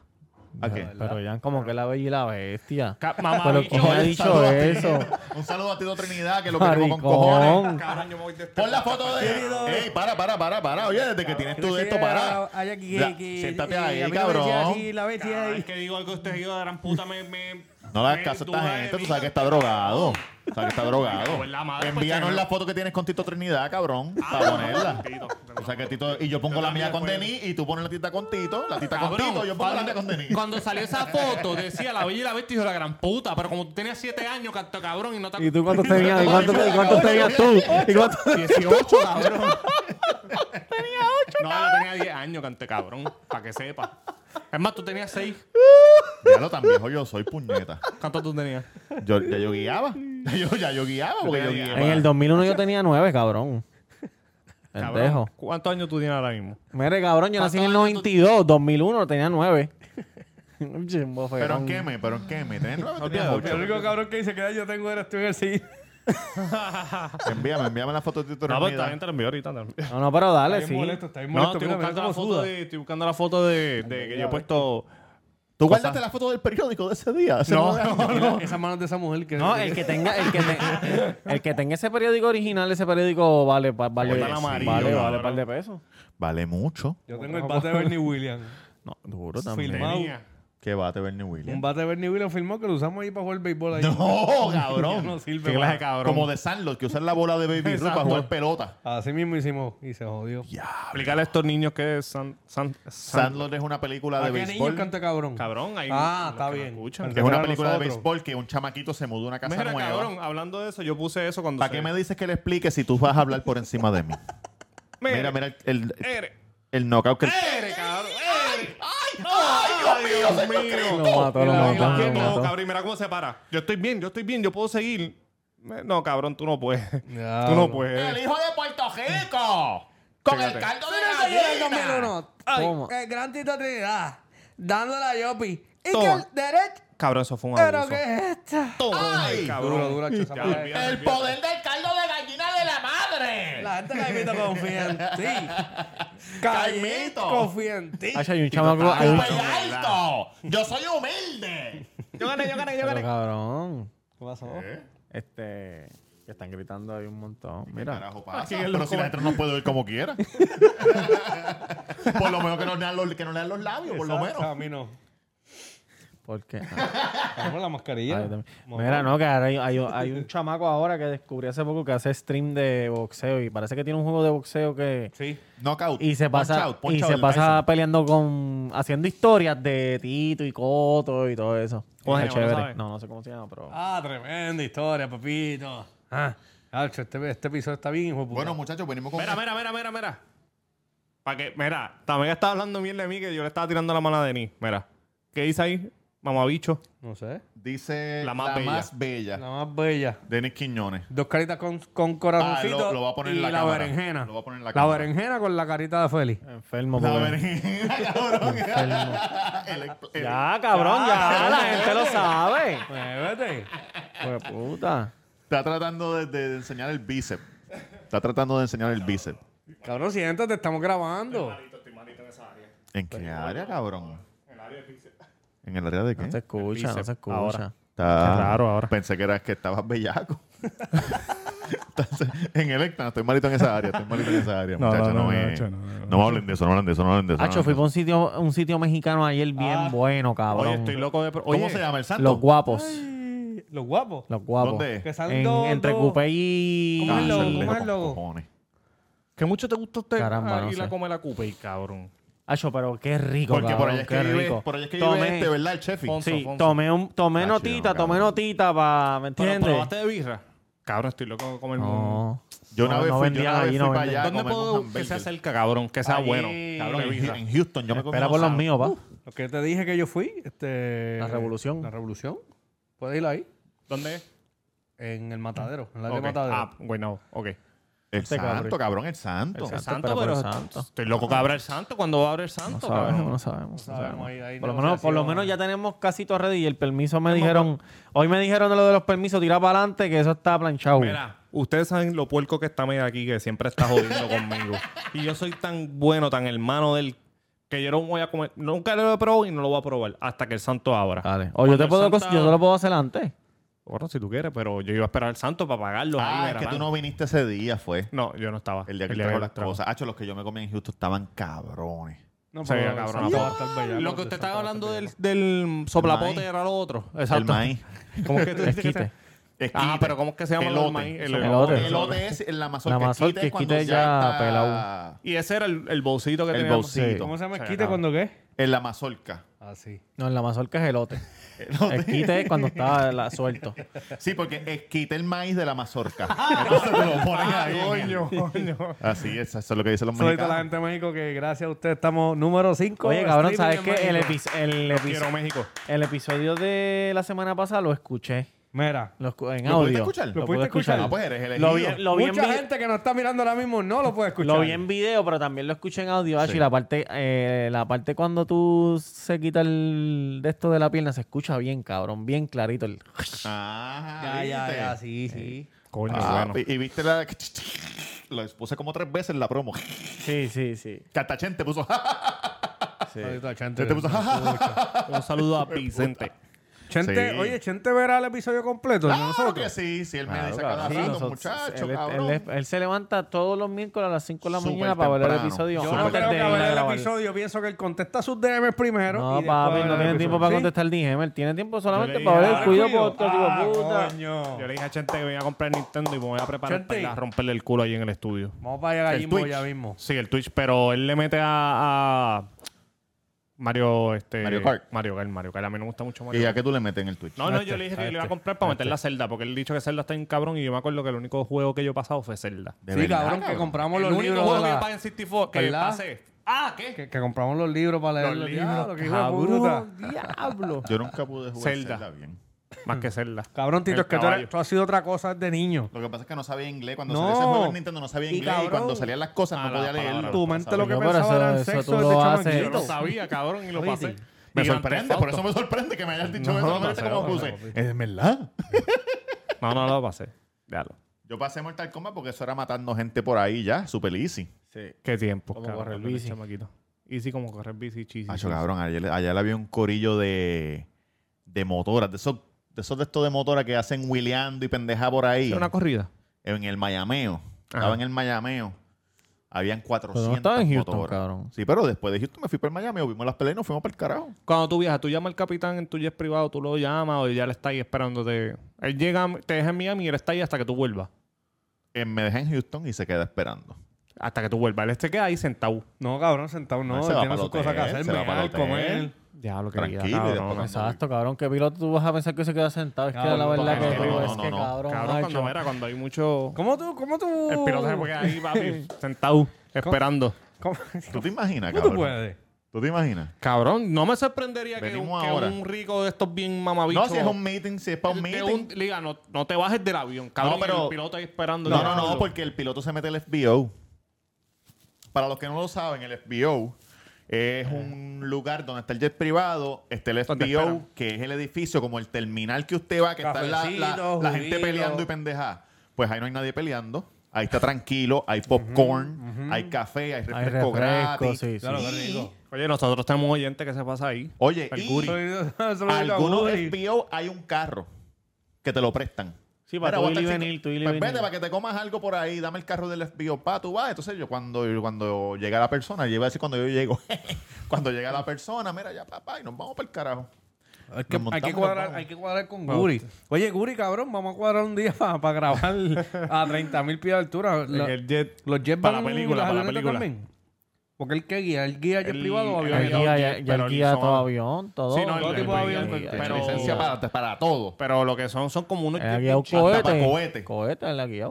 ¿A qué? Pero ya como que la bella y la bestia. Ca- mamá Pero bicho, ¿quién ha oye, dicho saludo a ti. eso? Un saludo a Tito Trinidad, que lo queremos con cojones. Maricón. Cabrón, yo me voy de este- Pon la foto de. Ey, para, para, para, para. Oye, desde que tienes tú de esto, para. Ay, aquí, La- aquí, Siéntate eh, a ahí, mí no me decía cabrón. así, la bestia Cada ahí. vez que digo algo de este hijo de gran puta me... me No le hagas me caso a duda esta de gente, mí. tú sabes que está drogado. Tú sabes que está drogado. Pues la madre, pues, Envíanos que no. Ah, la foto que tienes con Tito Trinidad, cabrón, para no, ponerla. Tito, O sea que Tito, y yo pongo la mía con puedo. Denis y tú pones la tita con Tito, la tita con Cabrón, Tito, yo pongo la mía con Denis. Cuando salió esa foto decía la bella y la bestia hijo de la gran puta. Pero como tú tenías 7 años, canto cabrón, y no te... ¿Y tú cuántos tenías? ¿Y cuántos, y cuántos tenías tú? ¿Y cuántos? 18, cabrón. tenía 8, No, yo tenía 10 años, cante cabrón. Para que sepa. Es más, tú tenías 6. Ya lo tan viejo yo soy, puñeta. ¿Cuántos tú tenías? Yo, ya yo guiaba. Ya yo, ya yo guiaba porque yo guiaba. En el 2001 yo tenía 9, cabrón. Cabrón, Pendejo. ¿Cuántos años tú tienes ahora mismo? Mire, cabrón, yo nací en el 92, 2001, tenía 9. Un chimbo Pero feón. en qué me, pero en qué me. Tenés nueve, Olvídate, tenías olvídate. El ocho. único cabrón que dice que yo tengo eres tú en el cine. Envíame, envíame la foto de tu No, pues, pero dormida. también te lo envío ahorita. también. No, no, pero dale, Está sí. bien molesto, está bien No, molesto. estoy mira, mira buscando, la cómo foto suda. de, estoy buscando la foto de, de que yo he puesto. ¿Tú guardaste la foto del periódico de ese día? Hace nueve años. Mira, Esas manos de esa mujer que... No, el que tenga, el que, te- el que tenga ese periódico original, ese periódico vale, pa- vale, Oye, vale, sí, vale, cabrón. vale, par de pesos. Vale mucho. Yo tengo el bate de Bernie Williams. No, duro Filmado. Que bate Bernie Un Williams. bate de Bernie Williams filmado que lo usamos ahí para jugar béisbol ahí. No, Ya cabrón. no sirve, Qué mano. clase de cabrón. Como de Sandlot, que usar la bola de Baby Ruth para jugar pelota. Así mismo hicimos y se jodió. Explicarle a estos niños que es San, San, San- Sandlot es una película Ah, ¿A de qué niño béisbol. canta cabrón? Cabrón, ahí. los Ah, está que no bien. Escuchan. Que es una Era película de nosotros. béisbol que un chamaquito se mudó a una casa Mira, nueva. cabrón, hablando de eso, yo puse eso cuando. ¿Para qué me dices que le explique si tú vas a hablar por encima de mí? Mira, mira el, el, Ere, el knockout que... ere, cabrón, ere. ¡Ay, Dios mío! Lo mató, lo Mira, mató, mira, lo no, mató. cabrón, mira cómo se para. Yo estoy bien, yo estoy bien, yo puedo seguir. Me- No, cabrón, tú no puedes. Ya, tú no bro. puedes. hijo de Puerto Rico! ¡Con el Fíjate. caldo Toma. el Eh, gran Tito Trinidad, dándole a Yopi. Y Toma. derecho, Cabrón, eso fue un abuso. es esto? Toma, Ay. cabrón. Duro, duro, chaval. Ya, olvídate, olvídate. poder del caldo de gallina de la madre! La gente Caimito confía en ti. Caimito. confía en ti. Hacha, hay un chamaco, hay un Súper alto! ¡Yo soy humilde! Yo gané, yo gané, yo Pero, gané. cabrón. ¿Qué pasó? eh, Este. que Están gritando ahí un montón. Mira. Carajo, pasa. Pero si la gente no puede oír como quiera. por lo menos que no lean los, que no lean los labios, por lo menos. A mí no. Porque. ah, Tenemos la mascarilla. Mira, no, que ahora hay, hay- hay un chamaco ahora que descubrí hace poco que hace stream de boxeo y parece que tiene un juego de boxeo que. Sí. Knockout. Y se pasa, Punch out, punch y out se del pasa Tyson. peleando con. haciendo historias de Tito y Coto y todo eso. ¿Cómo se Está llama? ¿No chévere. sabes? No, no sé cómo se llama, pero. Ah, tremenda historia, papito. Ah, Alcho, este, este episodio está bien, hijo de puta. Bueno, muchachos, venimos con. Mira, mira, mira, mira, mira. Para que, mira, también estaba hablando bien de mí que yo le estaba tirando la mano a Denis. Mira, ¿qué dice ahí? Mamabicho. no sé. Dice La más bella. La más bella. Denis Quiñones. Dos caritas con, con Ah, corazoncito. lo, lo va a poner y en la, la cámara. berenjena. Lo va a poner en la la cámara. Eh. berenjena con la carita de Feli. Enfermo, La porque- berenjena, cabrón. El expl- el- Ya, cabrón, ya, la gente lo sabe. Muévete. Pues puta. Está tratando de, de enseñar el bíceps. Está tratando de enseñar el bíceps. Cabrón, siéntate, estamos grabando. ¿En qué área, cabrón? ¿En el área de qué? No se escucha, no se escucha. ahora. Está Qué raro ahora. Pensé que eras que estabas bellaco. Entonces, en el no, estoy malito en esa área, estoy malito en esa área, No, muchacha, no, no, no, me- Nacho, no, no, no me hablen de eso, no me hablen de eso, no me hablen de eso. no Hacho, fui me por un sitio, un sitio mexicano ayer bien bueno, cabrón. Oye, estoy loco de... pro- hablen de eso. ¿Cómo Oye, se llama el santo? Los guapos. Los guapos. Los guapos. ¿Dónde es? Que salen En- dos- entre dos- Coupé y. ¿Cómo es el logo? se le- ¿Cómo es el logo? cojones. Que mucho te gusta usted ah, Caramba, no y la sé. come la cupa y cabrón. Hacho, pero qué rico, Porque por cabrón, allá es qué que vive, rico. por allá es que Tomé- vive eh. este, ¿verdad? El chef. Ponce. Sí, Fonso. tomé, un, tomé Hacho, notita, no, tomé cabrón. notita para... ¿Me ¿Pero entiendes? probaste de birra? Cabrón, estoy loco de comer... No. Yo una No, vez no fui, yo una vendían vez allí, fui no para allá vendían. a ¿Dónde comerme un puedo que se hamburger. acerca, cabrón? Que sea Allí, bueno. Cabrón, de En birra. en Houston, yo me comí Espera unos por los sándwiches. míos, pa. Lo que te dije que yo fui. Este, La Revolución. La revolución. Puedes ir ahí. ¿Dónde es? En el matadero. En la Ok. de matadero. Ah, güey, no. Ok. El Este santo, cabrón. cabrón, el santo. El pero santo, por pero... el santo. Estoy loco que abra el santo. ¿Cuándo va a abrir el No santo, sabemos, cabrón? no sabemos. no Sabemos, sabemos. ahí- ahí Por lo menos, por lo negociación. menos ya tenemos casi todo ready y el permiso me dijeron... Hoy me dijeron de lo de los permisos, tira para adelante que eso está planchado. Mira, ustedes saben lo puerco que está medio aquí, que siempre está jodiendo conmigo. Y yo soy tan bueno, tan hermano del que yo no voy a comer. Nunca lo he probado y no lo voy a probar hasta que el santo abra. Dale. O Cuando yo te el puedo... santo cos- Yo te lo puedo hacer antes. Bueno, si tú quieres, pero yo iba a esperar al santo para pagarlo. Ah, ahí, es que verán. tú no viniste ese día, fue. No, yo no estaba. El día que él día trajo él las trajo. cosas. Hacho, los que yo me comí en Houston estaban cabrones. No, Se veía pero cabrón, Santa la va a estar bella, Lo ¿no? que usted Santa estaba va a estar hablando bella. del, del soplapote maíz. era lo otro. El maíz. ¿Cómo es que tú dices que Esquite. se- Ajá, Ah, pero ¿cómo es que se llama lo del maíz? El El elote. elote. El elote es la mazorca. La mazorca, es cuando esquite ya está pelado. Y ese era el, el bolsito que El teníamos. bolsito. ¿Cómo se llama? Se ¿Esquite acaba. cuando qué? En la mazorca. Así. No, en la mazorca es elote. El quite es cuando está la- suelto. Sí, porque esquite el maíz de la mazorca. Entonces te lo ponen ahí. en el- Así es, eso es lo que dicen los Soy toda la mexicanos. gente de México que gracias a usted estamos número 5. Oye, cabrón, ¿sabes qué? El, epi- el, epi- Quiero México. el episodio de la semana pasada lo escuché. Mira. Los cu- en ¿Lo audio. pudiste escuchar? ¿Lo pude pudiste escuchar? Ah, pues eres elegido. Lo vi, lo vi en Mucha vi- gente que nos está mirando ahora mismo no lo puede escuchar. Lo vi en video, pero también lo escuché en audio, Ash, y la parte, eh, la parte cuando tú se quita el de esto de la pierna, se escucha bien, cabrón, bien clarito. El... Ah, Ya, ya, ¿viste? ya, sí, sí. Coño, Ah, bueno. y, y viste la... Lo expuse como tres veces en la promo. Sí, sí, sí. Catachente puso... Saludito a Chente. Te puso, Un saludo a Vicente. Chente, Sí. oye, Chente verá el episodio completo. Claro ¿no? nosotros. que Ah, sí, sí, él me Claro, dice cabrón, cada sí, rato, nosotros- muchacho, él, cabrón. él- él se levanta todos los miércoles a las 5 de la Súper mañana para ver el temprano. Yo episodio. Yo no antes creo de que ir a ver el grabar. episodio. Pienso que él contesta sus DMs primero. No, y después papi, ver no el tiene tiempo episodio. para ¿Sí? contestar el DM. Él tiene tiempo solamente Yo le para ver dije, el ah, cuido cuido. podcast, Ah, hijo este de puta. coño. Yo le dije a Chente que venía a comprar Nintendo y me voy a preparar Chente. para ir a romperle el culo ahí en el estudio. Vamos para allá El mismo, Twitch. ya mismo. Sí, el Twitch, pero él le mete a, a Mario, este, Mario Kart. Mario Kart, Mario Kart. A mí no me gusta mucho Mario Y ya Kart. que tú le metes en el Twitch. No, no, yo le dije que yo le iba a este. comprar para meter la Zelda, porque él dicho que Zelda está en cabrón y yo me acuerdo que el único juego que yo he pasado fue Zelda. De sí, verdad, cabrón, que compramos el los único libros. juego de que la- yo pagué en 64 que ¿Verdad? pasé. Ah, ¿qué? que, que compramos los libros para leer Los los libros, libros. que hijo de puta. Cabrón, diablo. Yo nunca pude jugar Zelda. Zelda bien. Más que Zelda. Cabrón, Tito, El es que tú, eres- caballo. tú has sido otra cosa desde niño. Lo que pasa es que no sabía inglés. Cuando No. salía ese juego en Nintendo no sabía Y inglés. Y, cabrón, cuando salían las cosas a no podía la palabra. leerlo. Tu mente lo que No, pero pensaba eso- era en eso sexo tú desde lo haces. chamaquito. Yo no sabía, cabrón, y lo pasé. Me Y sorprende, Grand por eso Theft me sorprende que me hayas dicho No, eso. no, Fíjate no, cómo no, puse. no, Es verdad. Auto. No, no lo pasé. Déjalo. Yo pasé Mortal Kombat porque eso era matando gente por ahí ya, super easy. Qué tiempo. Como cabrón, correr cuando eres bici. chamaquito. Y sí, como correr bici, chis. Macho, cabrón, ayer, ayer había un corillo de, de motoras, de esos de esos de estos de motora que hacen wheeleando y pendeja por ahí. una corrida. En el Mayameo. Estaba en el Mayameo. Habían 400 Pero no estaba en Houston, motoras. cabrón. Sí, pero después de Houston me fui para el Mayameo, vimos las peleas y nos fuimos para el carajo. Cuando tú viajas, tú llamas al capitán en tu jet privado, tú lo llamas o ya le está ahí esperándote. Él llega, te deja en Miami y él está ahí hasta que tú vuelvas. Eh, me dejé en Houston y se queda esperando. Hasta que tú vuelvas. Él se queda ahí sentado. No, cabrón, sentado no. No, se él va tiene para sus el cosas que hotel, hacer. se va para el mear, comer. hotel. Ya lo que Tranquilo, y después cuando- Exacto, cabrón. ¿Qué piloto tú vas a pensar que se queda sentado? Es que Cabrón, la verdad que no, digo, no, es no, que no. cabrón, Cabrón, macho. cuando, mira, cuando hay mucho... ¿Cómo tú? ¿Cómo tú? El piloto se puede quedar ahí, papi, sentado, esperando. ¿Cómo, ¿Tú te imaginas, ¿Cómo tú cabrón? puedes? ¿Tú te imaginas? Cabrón, no me sorprendería que un, Venimos que ahora. un rico de estos bien mamabichos... No, si es un meeting, si es para un de meeting. un- liga, no, no te bajes del avión, cabrón, No, pero- y el piloto ahí esperando. No, no, no, porque el piloto se mete el FBO. Para los que no lo saben, el FBO es un lugar donde está el jet privado, está el Donde FBO, esperan. que es el edificio como el terminal que usted va, que está la, la- Cafecito, la gente juguito. peleando y pendeja. Pues ahí no hay nadie peleando. Ahí está tranquilo, hay popcorn, hay café, hay refresco, refresco, gratis. sí, sí. Claro, qué rico. Oye, nosotros tenemos oyentes que se pasa ahí. Oye, El y guri. algunos Algunos FBO hay un carro que te lo prestan. Sí, para Mira, tú voy a ir y estar venir, cinco- tú ir y Pues venir. vete para que te comas algo por ahí, dame el carro del FBO, pa, tú vas. Entonces yo cuando, cuando llega la persona, yo iba a decir cuando yo llego, cuando llega la persona, mira ya papá, y nos vamos para el carajo. Hay que, Nos hay, que montamos, cuadrar, nos hay que cuadrar con Guri. Oye, Guri, cabrón, vamos a cuadrar un día para grabar a 30.000 pies de altura. En Lo- el jet. los jets para van la película, las para la avionetas película. Porque el que guía, el guía jet El- privado o el Ya avión. el avión. guía, jet, ya- ya pero el el guía son- todo avión, todo. Sí, no, todo el- el avión, guía, Tiene pero- licencia para, para todo. Pero lo que son son como unos El jet guía un bien hasta cohete. pa' cohete. Cohete, el guía.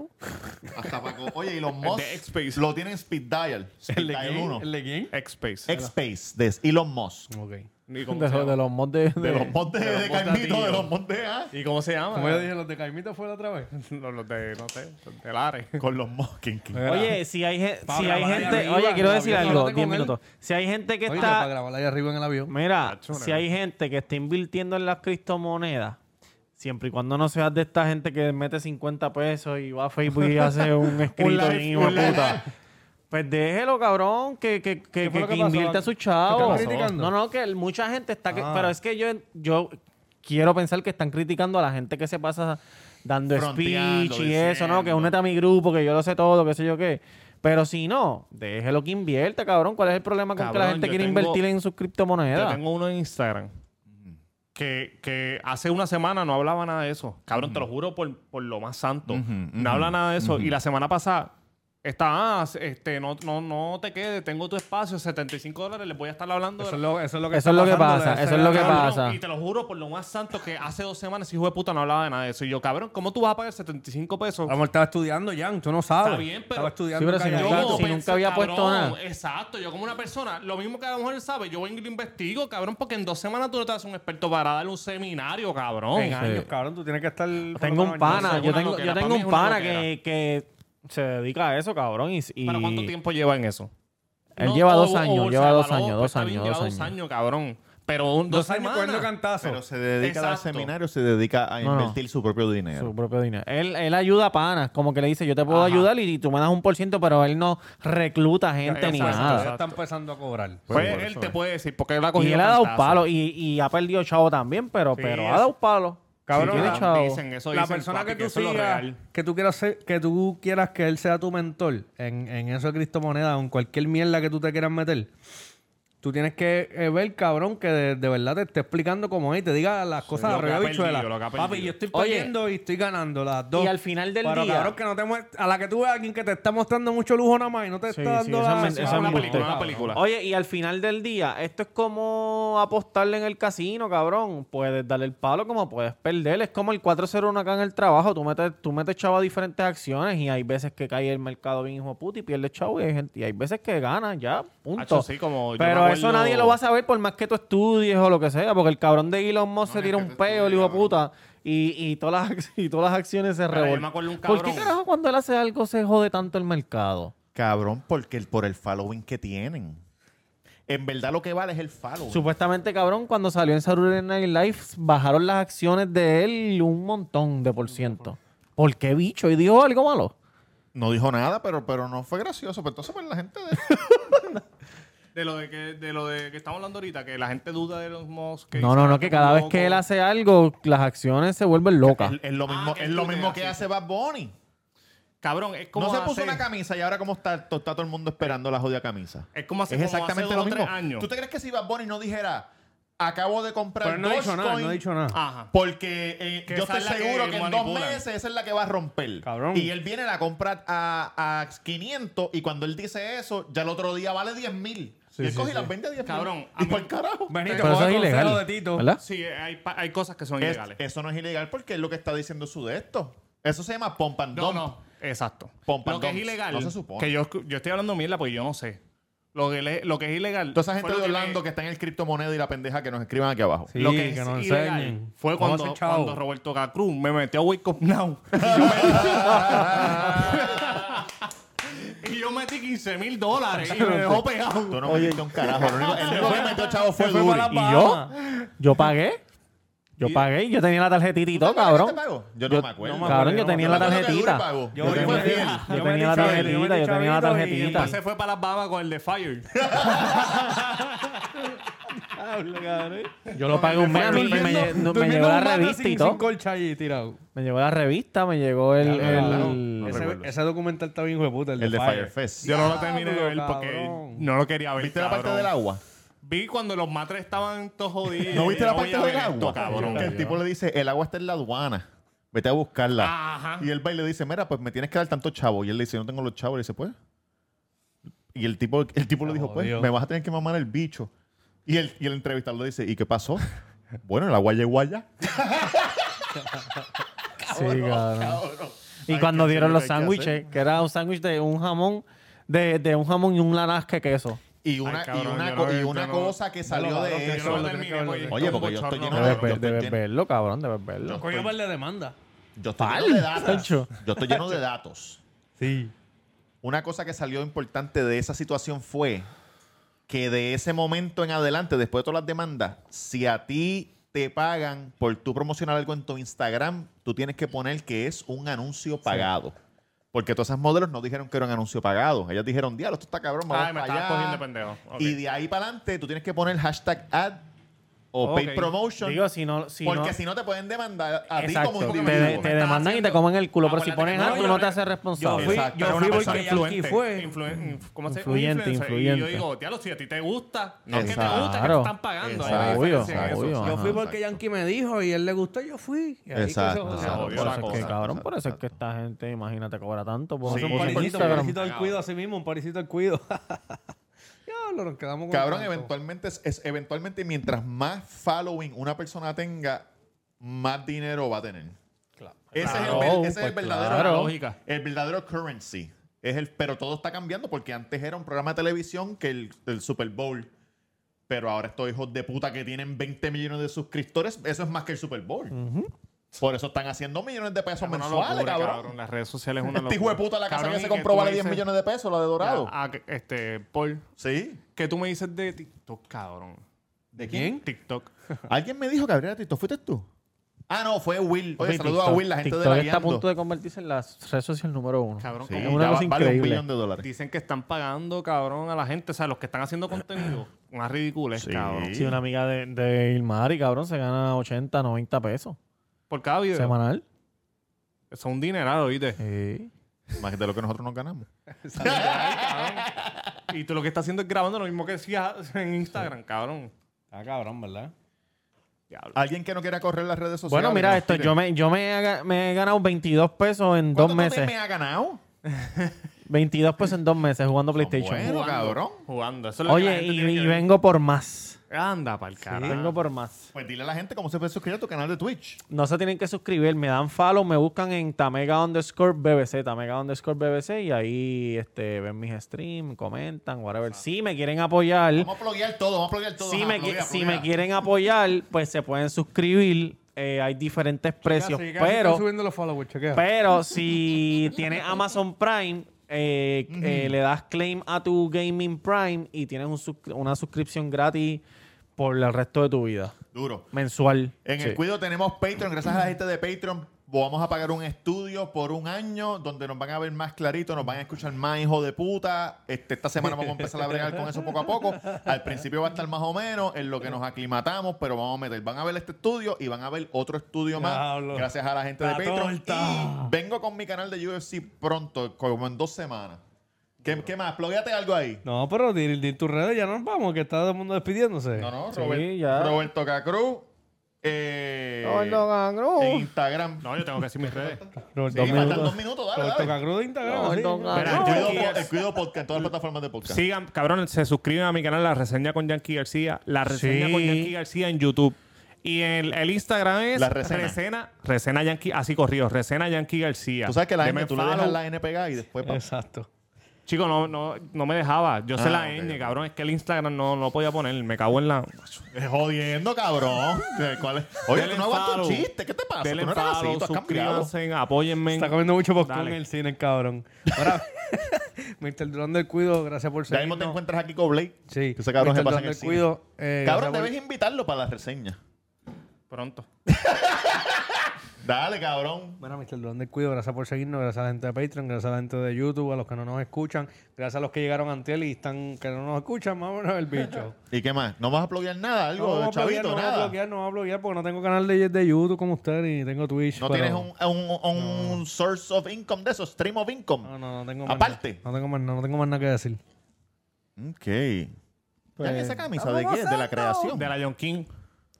Hasta para co- Oye, y los de Musk X-Space. lo tienen Speed Dial. Speed ¿El de Dial quién? 1. ¿El de quién? X-Space. X-Space de Elon Musk. Ok. ¿Y cómo De, se los- de llama? los montes. De los montes de, de los de Musk Carmito, de Atillo. los montes de ah. ¿Y cómo se llama? Como yo dije, los de Caimito fue la otra vez. Los, los de, no sé, los del Ares. Con los Musk. King, King. Oye, si hay, gen- Para si hay grabar ahí gente. arriba, oye, quiero en el decir avión, algo, háblate 10 con él. minutos. Si hay gente que Oye, está. para grabar ahí arriba en el avión. Mira, Tacho, si nena. hay gente que está invirtiendo en las criptomonedas, siempre y cuando no seas de esta gente que mete 50 pesos y va a Facebook y hace un escrito live, hijo un de puta. Pues déjelo, cabrón, que, que, que, ¿Qué fue que- lo que que pasó? invierta su ¿Te chavo. están criticando? No, no, que el- mucha gente está... que- Ah. pero es que yo, yo quiero pensar que están criticando a la gente que se pasa dando Fronteando, speech y eso, ¿no? Que diciendo. únete a mi grupo, que yo lo sé todo, que sé yo qué. Pero si no, déjelo que invierta, cabrón. ¿Cuál es el problema con que la Cabrón, gente yo quiere tengo- invertir en sus Yo criptomonedas? tengo uno en Instagram que, que hace una semana no hablaba nada de eso. Cabrón, te lo juro por, por lo más santo. Ujú, ujú, no habla nada de eso. Y la semana pasada, Está, ah, este, no, no, no te quedes, tengo tu espacio, 75 dólares, les voy a estar hablando. de- Eso es lo, eso es lo que, Eso es lo que pasándole, pasa, ese eso es lo que cabrón. pasa. Y te lo juro por lo más santo que hace dos semanas ese hijo de puta no hablaba de nada de eso. Y yo, cabrón, ¿cómo tú vas a pagar 75 pesos? A lo mejor estaba estudiando, Jan, tú no sabes. Está bien, pero- Estaba Sí, estudiando. pero si calladito. no- si nunca había puesto nada. Exacto, yo como una persona, lo mismo que a lo mejor él sabe, yo vengo y lo investigo, cabrón, porque en dos semanas tú no te haces un experto para darle un seminario, cabrón. En años, cabrón, tú tienes que estar... Tengo un pana, sé, yo una tengo, loquera, yo pa' tengo mí un es una pana loquera. que, que se dedica a eso, cabrón. Y, y- ¿Para cuánto tiempo lleva en eso? Él No, lleva o- dos o- años, o lleva sea, dos valor, años, pues, dos está bien, años, lleva dos dos años. años, cabrón. Pero un- dos, Dos años cuerno semanas. cantazo. Pero se dedica al Exacto. seminario, se dedica a No, no. invertir su propio dinero. Su propio dinero. Él, él ayuda a panas, como que le dice, yo te puedo ayudar y tú me das un por ciento, pero él no recluta gente ni Exacto, nada. Ya está empezando a cobrar. Pues por él eso te es. puede decir, porque él ha Y cogido él ha dado cantazo. palo y, y ha perdido chavo también, pero, Sí, pero eso. ha dado palo. Cabrón, Sí, tiene la- chavo. dicen eso, la dicen, persona papi, que tú eso es lo sigas, real. que tú quieras ser- que tú quieras que él sea tu mentor en, en eso de criptomonedas o en cualquier mierda que tú te quieras meter, tú tienes que eh, ver, cabrón, que de, de verdad te esté explicando cómo es y te diga las cosas lo a que la ha bichuela. perdido, lo que ha Papi, perdido. yo estoy Oye. perdiendo y estoy ganando las dos. Y al final del Pero, día- cabrón, que no te muest- a la que tú veas a alguien que te está mostrando mucho lujo nada más y no te Sí, está sí, dando eso es la- men- sí, eso es una película, una película. Oye, y al final del día, esto es como apostarle en el casino, cabrón. Puedes darle el palo como puedes perder. Es como el 401 acá en el trabajo. Tú metes, tú metes chavo a diferentes acciones y hay veces que cae el mercado bien hijo de puta y pierdes chavo y hay, gente- y hay veces que ganas, ya, punto. Hacho, sí, como yo Pero me eso acuerdo- nadie lo va a saber por más que tú estudies o lo que sea, porque el cabrón de Elon Musk se ni tira que un tú peo, el estudies, hijo de puta. Y, y, todas las, ac- y todas las acciones se Pero yo me revuelven. acuerdo un ¿Por qué cabrón. carajo cuando él hace algo se jode tanto el mercado? Cabrón, porque el- por el following que tienen. En verdad lo que vale es el following. Supuestamente, cabrón, cuando salió en Saturday Night Live, bajaron las acciones de él un montón de por ciento. ¿Por qué, bicho? ¿Y dijo algo malo? no dijo nada, pero, pero no fue gracioso. Pero entonces, pues la gente de... De lo de que, de lo de que estamos hablando ahorita, que la gente duda de los Musk. No, no, no, que cada vez que él hace algo, las acciones se vuelven locas. es, es lo mismo, Ah, que es lo tú te mismo que haces. hace Bad Bunny. Cabrón, es como. No se puso hace- una camisa y ahora como está, to- está todo el mundo esperando la jodida camisa. Eh, Es como hace- es como hace exactamente dos o lo mismo. tres años. ¿Tú te crees que si Bad Bunny no dijera acabo de comprar Pero él no ha dicho nada, Dogecoin no ha dicho nada. Ajá. Porque eh, Que yo estoy esa es la que seguro que, en dos manipulan. meses esa es la que va a romper. Cabrón. Y él viene la compra a, a 500 y cuando él dice eso, ya el otro día vale 10 mil. y él sí, coge y sí. las vende a 10 Cabrón, a ¿Y mí- por carajo? Pero Benito, eso coge es consejo ilegal, de Tito. ¿verdad? Sí, hay, pa- hay cosas que eh. son Es- ilegales. eso no es ilegal porque es lo que está diciendo su de esto. Eso se llama pomp and No, dump. no. Exacto. Pompa lo que es dumps. ilegal. No se supone. Que yo, escu- yo estoy hablando mierda porque yo no sé. Lo que, le- lo que es ilegal. Toda esa gente fue lo de que le- Orlando que está en el criptomoneda y la pendeja que nos escriban aquí abajo. Sí, lo que, es nos ilegal enseñen. fue Vamos a cuando, hacer chavo. cuando Roberto Cacruz me metió a Wake Up Now. y yo metí 15 mil dólares y me dejó pegado. Tú no metiste un carajo. El único, el único que metió chavo fue Se fue Duri. para ¿Y yo? ¿Yo pagué? Yo pagué y yo tenía la tarjetita y todo, cabrón. Yo no me acuerdo. no me Cabrón, yo acuerdo, tenía no la me acuerdo. Yo tarjetita. creo que Uri pagó. Yo Yo tenía creo que Uri. yo tenía la Yo metí chavito, tarjetita, yo metí yo tenía la chavito y Y tarjetita. después se fue para las Bahamas con el de Fire. Yo lo pagué un mes. a mí Me, me, lle- no, me llegó la revista y todo. colcha ahí tirado. Me llegó la revista, me llegó el... Ya, claro. el- No ese, recuerdo. ese documental está bien hijo de puta, el, El de Fire. Firefest. Yo no lo terminé de ver Diablo, porque cabrón. no lo quería ver. ¿Viste la parte cabrón. del agua? Vi cuando los matres estaban todos jodidos. ¿No viste la voy parte a ver del esto, agua? cabrón. Que el tipo le dice, el agua está en la aduana. Vete a buscarla. Ajá. Y el baile le dice, mira, pues me tienes que dar tanto chavo. Y él le dice, no tengo los chavos. Y le dice, pues. Y el tipo, el tipo le dijo, pues, jodió. me vas a tener que mamar el bicho. Y el, y el entrevistador le dice, ¿y qué pasó? bueno, el agua llegó allá. Sí, cabrón. Y cuando dieron los sándwiches, que era un sándwich de un jamón, de, de un jamón y un lanasque queso. Y una, Ay, y cabrón, una, yo co- no- y yo una no- cosa que salió lo- lo de que Yo no eso. lo terminé, porque Oye, porque yo estoy bochorno, lleno de- cabrón. Ah, yo Debes, estoy debes lleno- verlo, cabrón, debes verlo. Cogió par de demanda. Yo estoy lleno de datos. Sancho. Yo estoy lleno de datos. Sí. Una cosa que salió importante de esa situación fue que de ese momento en adelante, después de todas las demandas, si a ti te pagan por tu promocionar algo en tu Instagram, tú tienes que poner que es un anuncio pagado. Porque todas esas modelos no dijeron que era un anuncio pagado. Ellas dijeron, diablo, esto está cabrón, vamos Ay, me pa' estaba allá". cogiendo de pendejo. Ok. Y de ahí para adelante, tú tienes que poner hashtag ad o Ok. paid promotion. Digo, si no. Si porque no si no te pueden demandar a ti exacto. como Te, individuo. te Estás demandan y te haciendo- comen el culo. Pero si Acuérdate pones que- algo, no, tú yo no no- te haces Yo responsable. fui, Exacto, yo era fui una porque persona Yankee influente. fue. Influen- inf- ¿Cómo se dice? Un Influyente, influencer. Y yo influyente. digo, diablo, si a ti te gusta, no es que te Exacto. gusta, es que te están pagando. Hay una Exacto. Obvio, diferencia en eso. obvio. Yo Ajá, fui porque exacto. Yankee me dijo y él le gustó y yo fui. Y ahí que se- Exacto, se- exacto. Por obvio eso la es que, cosa, cabrón, exacto, por eso es exacto. que esta gente, imagínate, cobra tanto. Por Sí, eso Un por por parisito, un Instagram. parisito del cuido así mismo, un parisito del cuido. Diablo, nos quedamos con Cabrón, tanto. eventualmente, es- es- eventualmente mientras más following una persona tenga, más dinero va a tener. Ese Claro, es el, ver- ese es el pues verdadero, claro. la lógica. el verdadero currency. Es el, pero todo está cambiando porque antes era un programa de televisión que el, el Super Bowl. Pero ahora estos hijos de puta que tienen 20 millones de suscriptores, eso es más que el Super Bowl. Por eso están haciendo millones de pesos Una mensuales, locura, cabrón. Las redes sociales es una Este hijo de puta, la casa que se compró vale 10 millones de pesos, la de Dorado. Este, Paul, Sí. ¿qué tú me dices de TikTok, cabrón? ¿De TikTok. Alguien me dijo que abriera TikTok. ¿Fuiste tú? Ah, no, fue Will. Oye, Oye, saludo a TikTok- Will, la gente de TikTok la está a punto guiando. de convertirse en la red social número uno. Cabrón, Sí, como- ya una va- cosa vale un increíble. billón de dólares. Dicen que están pagando, cabrón, a la gente. O sea, los que están haciendo contenido. Una ridícula, Sí. cabrón. Sí, una amiga de, de Ilmari, cabrón, se gana 80, 90 pesos Por cada video. semanal. Son un dineral, ¿oíste? Sí. Más de lo que nosotros nos ganamos. Y tú lo que estás haciendo es grabando lo mismo que hacías en Instagram, cabrón. Está cabrón, ¿verdad? Alguien que no quiera correr las redes sociales. Bueno, mira que nos esto, tire. yo me, yo me, he ga- me he ganado 22 pesos en ¿Cuánto dos tú meses. me ha ganado? 22 pesos en dos meses jugando PlayStation. Bueno, cabrón. Jugando. Eso es lo que la Oye, gente y, tiene que y ver. vengo por más. Anda, pa'l carajo. Vengo por más. Pues dile a la gente cómo se puede suscribir a tu canal de Twitch. No se tienen que suscribir, me dan follow, me buscan en Tamega underscore BBC, Tamega underscore BBC, y ahí este, ven mis streams, comentan, whatever. Si me quieren apoyar, Vamos a pluguear todo, vamos a pluguear todo. si, Ajá, me, qui- pluguea, si pluguea. me quieren apoyar, pues se pueden suscribir. eh, hay diferentes precios, pero... Estoy subiendo los followers, chequea. Pero si tienes Amazon Prime, eh, eh, le das claim a tu Gaming Prime y tienes un suscri- una suscripción gratis por el resto de tu vida, Duro. mensual. En el Sí. cuido tenemos Patreon. Gracias a la gente de Patreon vamos a pagar un estudio por un año donde nos van a ver más clarito, nos van a escuchar más hijo de puta. Este, esta semana vamos a empezar a bregar con eso poco a poco. Al principio va a estar más o menos en lo que nos aclimatamos, pero vamos a meter. Van a ver este estudio y van a ver otro estudio más. Diablo. Gracias a la gente de La Patreon. torta. Y vengo con mi canal de UFC pronto, como en dos semanas. ¿Qué, qué más? Plogueate algo ahí. No, pero dir, dir tus redes, ya nos vamos, que está todo el mundo despidiéndose. No, no, Sí, Robert- ya. Roberto Cacruz. eh, Roberto Cacruz. En Instagram. No, yo tengo que decir mis redes. Sí, Roberto, faltan dos minutos, dale, Roberto dale. Cacruz de Instagram. sí. Roberto Cacruz. Espera, Ah, el, cuido, no. po- Yes. el cuido podcast en todas las plataformas de podcast. Sigan, cabrón, se suscriben a mi canal La Reseña con Yankee García. La Reseña Sí. con Yankee García en YouTube. Y el, el Instagram es La Resena. Resena, Resena Yankee, así corrido, Resena Yankee García. Tú sabes que la Deme N, tú le dejas follow. la N pegada y después pa- Exacto. Chico, no, no, no me dejaba. Yo sé Ah, la ok, ñ, ok. cabrón. Es que el Instagram no, no podía poner. Me cago en la. Eh, Jodiendo, cabrón. Eh, ¿cuál es? Oye, tú no aguantas un chiste. ¿Qué te pasa? Tú Denle Ah, no eres así, follow, tú has cambiado. suscríbanse, apóyenme. Está comiendo mucho popcorn en Dale. el cine, el cabrón. Ahora, Mr. Durán del Cuido, gracias por Ya seguirnos. mismo te encuentras aquí con Blake. Sí. Ese cabrón Mr. se pasa en Durán el del cine. Cuido. eh, Cabrón, gracias por- debes invitarlo para la reseña. Pronto. Dale, cabrón. Bueno, Mr. Durán del Cuido, gracias por seguirnos, gracias a la gente de Patreon, gracias a la gente de YouTube, a los que no nos escuchan, gracias a los que llegaron antes y están que no nos escuchan, más o menos el bicho. ¿Y qué más? ¿No vas a pluguear nada? No, ¿Algo, vamos a chavito? bloquear, no vamos a Nada. bloquear, no vamos a bloquear porque no tengo canal de, de YouTube como usted ni tengo Twitch. ¿No pero- tienes un, un, un source of income de esos? ¿Stream of income? No, no, no tengo Aparte. Más, nada. no, tengo más, no, no tengo más nada que decir. Ok. ¿Ya esa camisa de qué? ¿De la creación? De la John King.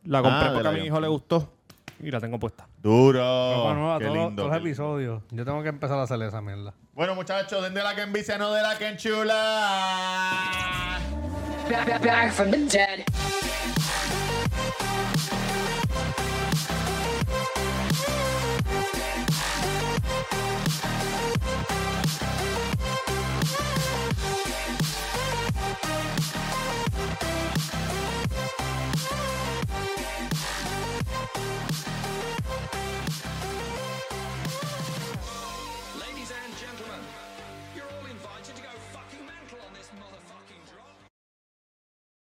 La compré Ah, de porque la a mi John hijo le gustó. Y la tengo puesta. Duro. Ropa nueva, Oh, Qué todos, lindo, todos los qué lindo. episodios. Yo tengo que empezar a hacer esa mierda. Bueno, muchachos, den de la que envicia, no de la que enchula. back, back, back from the dead. Ladies and gentlemen, you're all invited.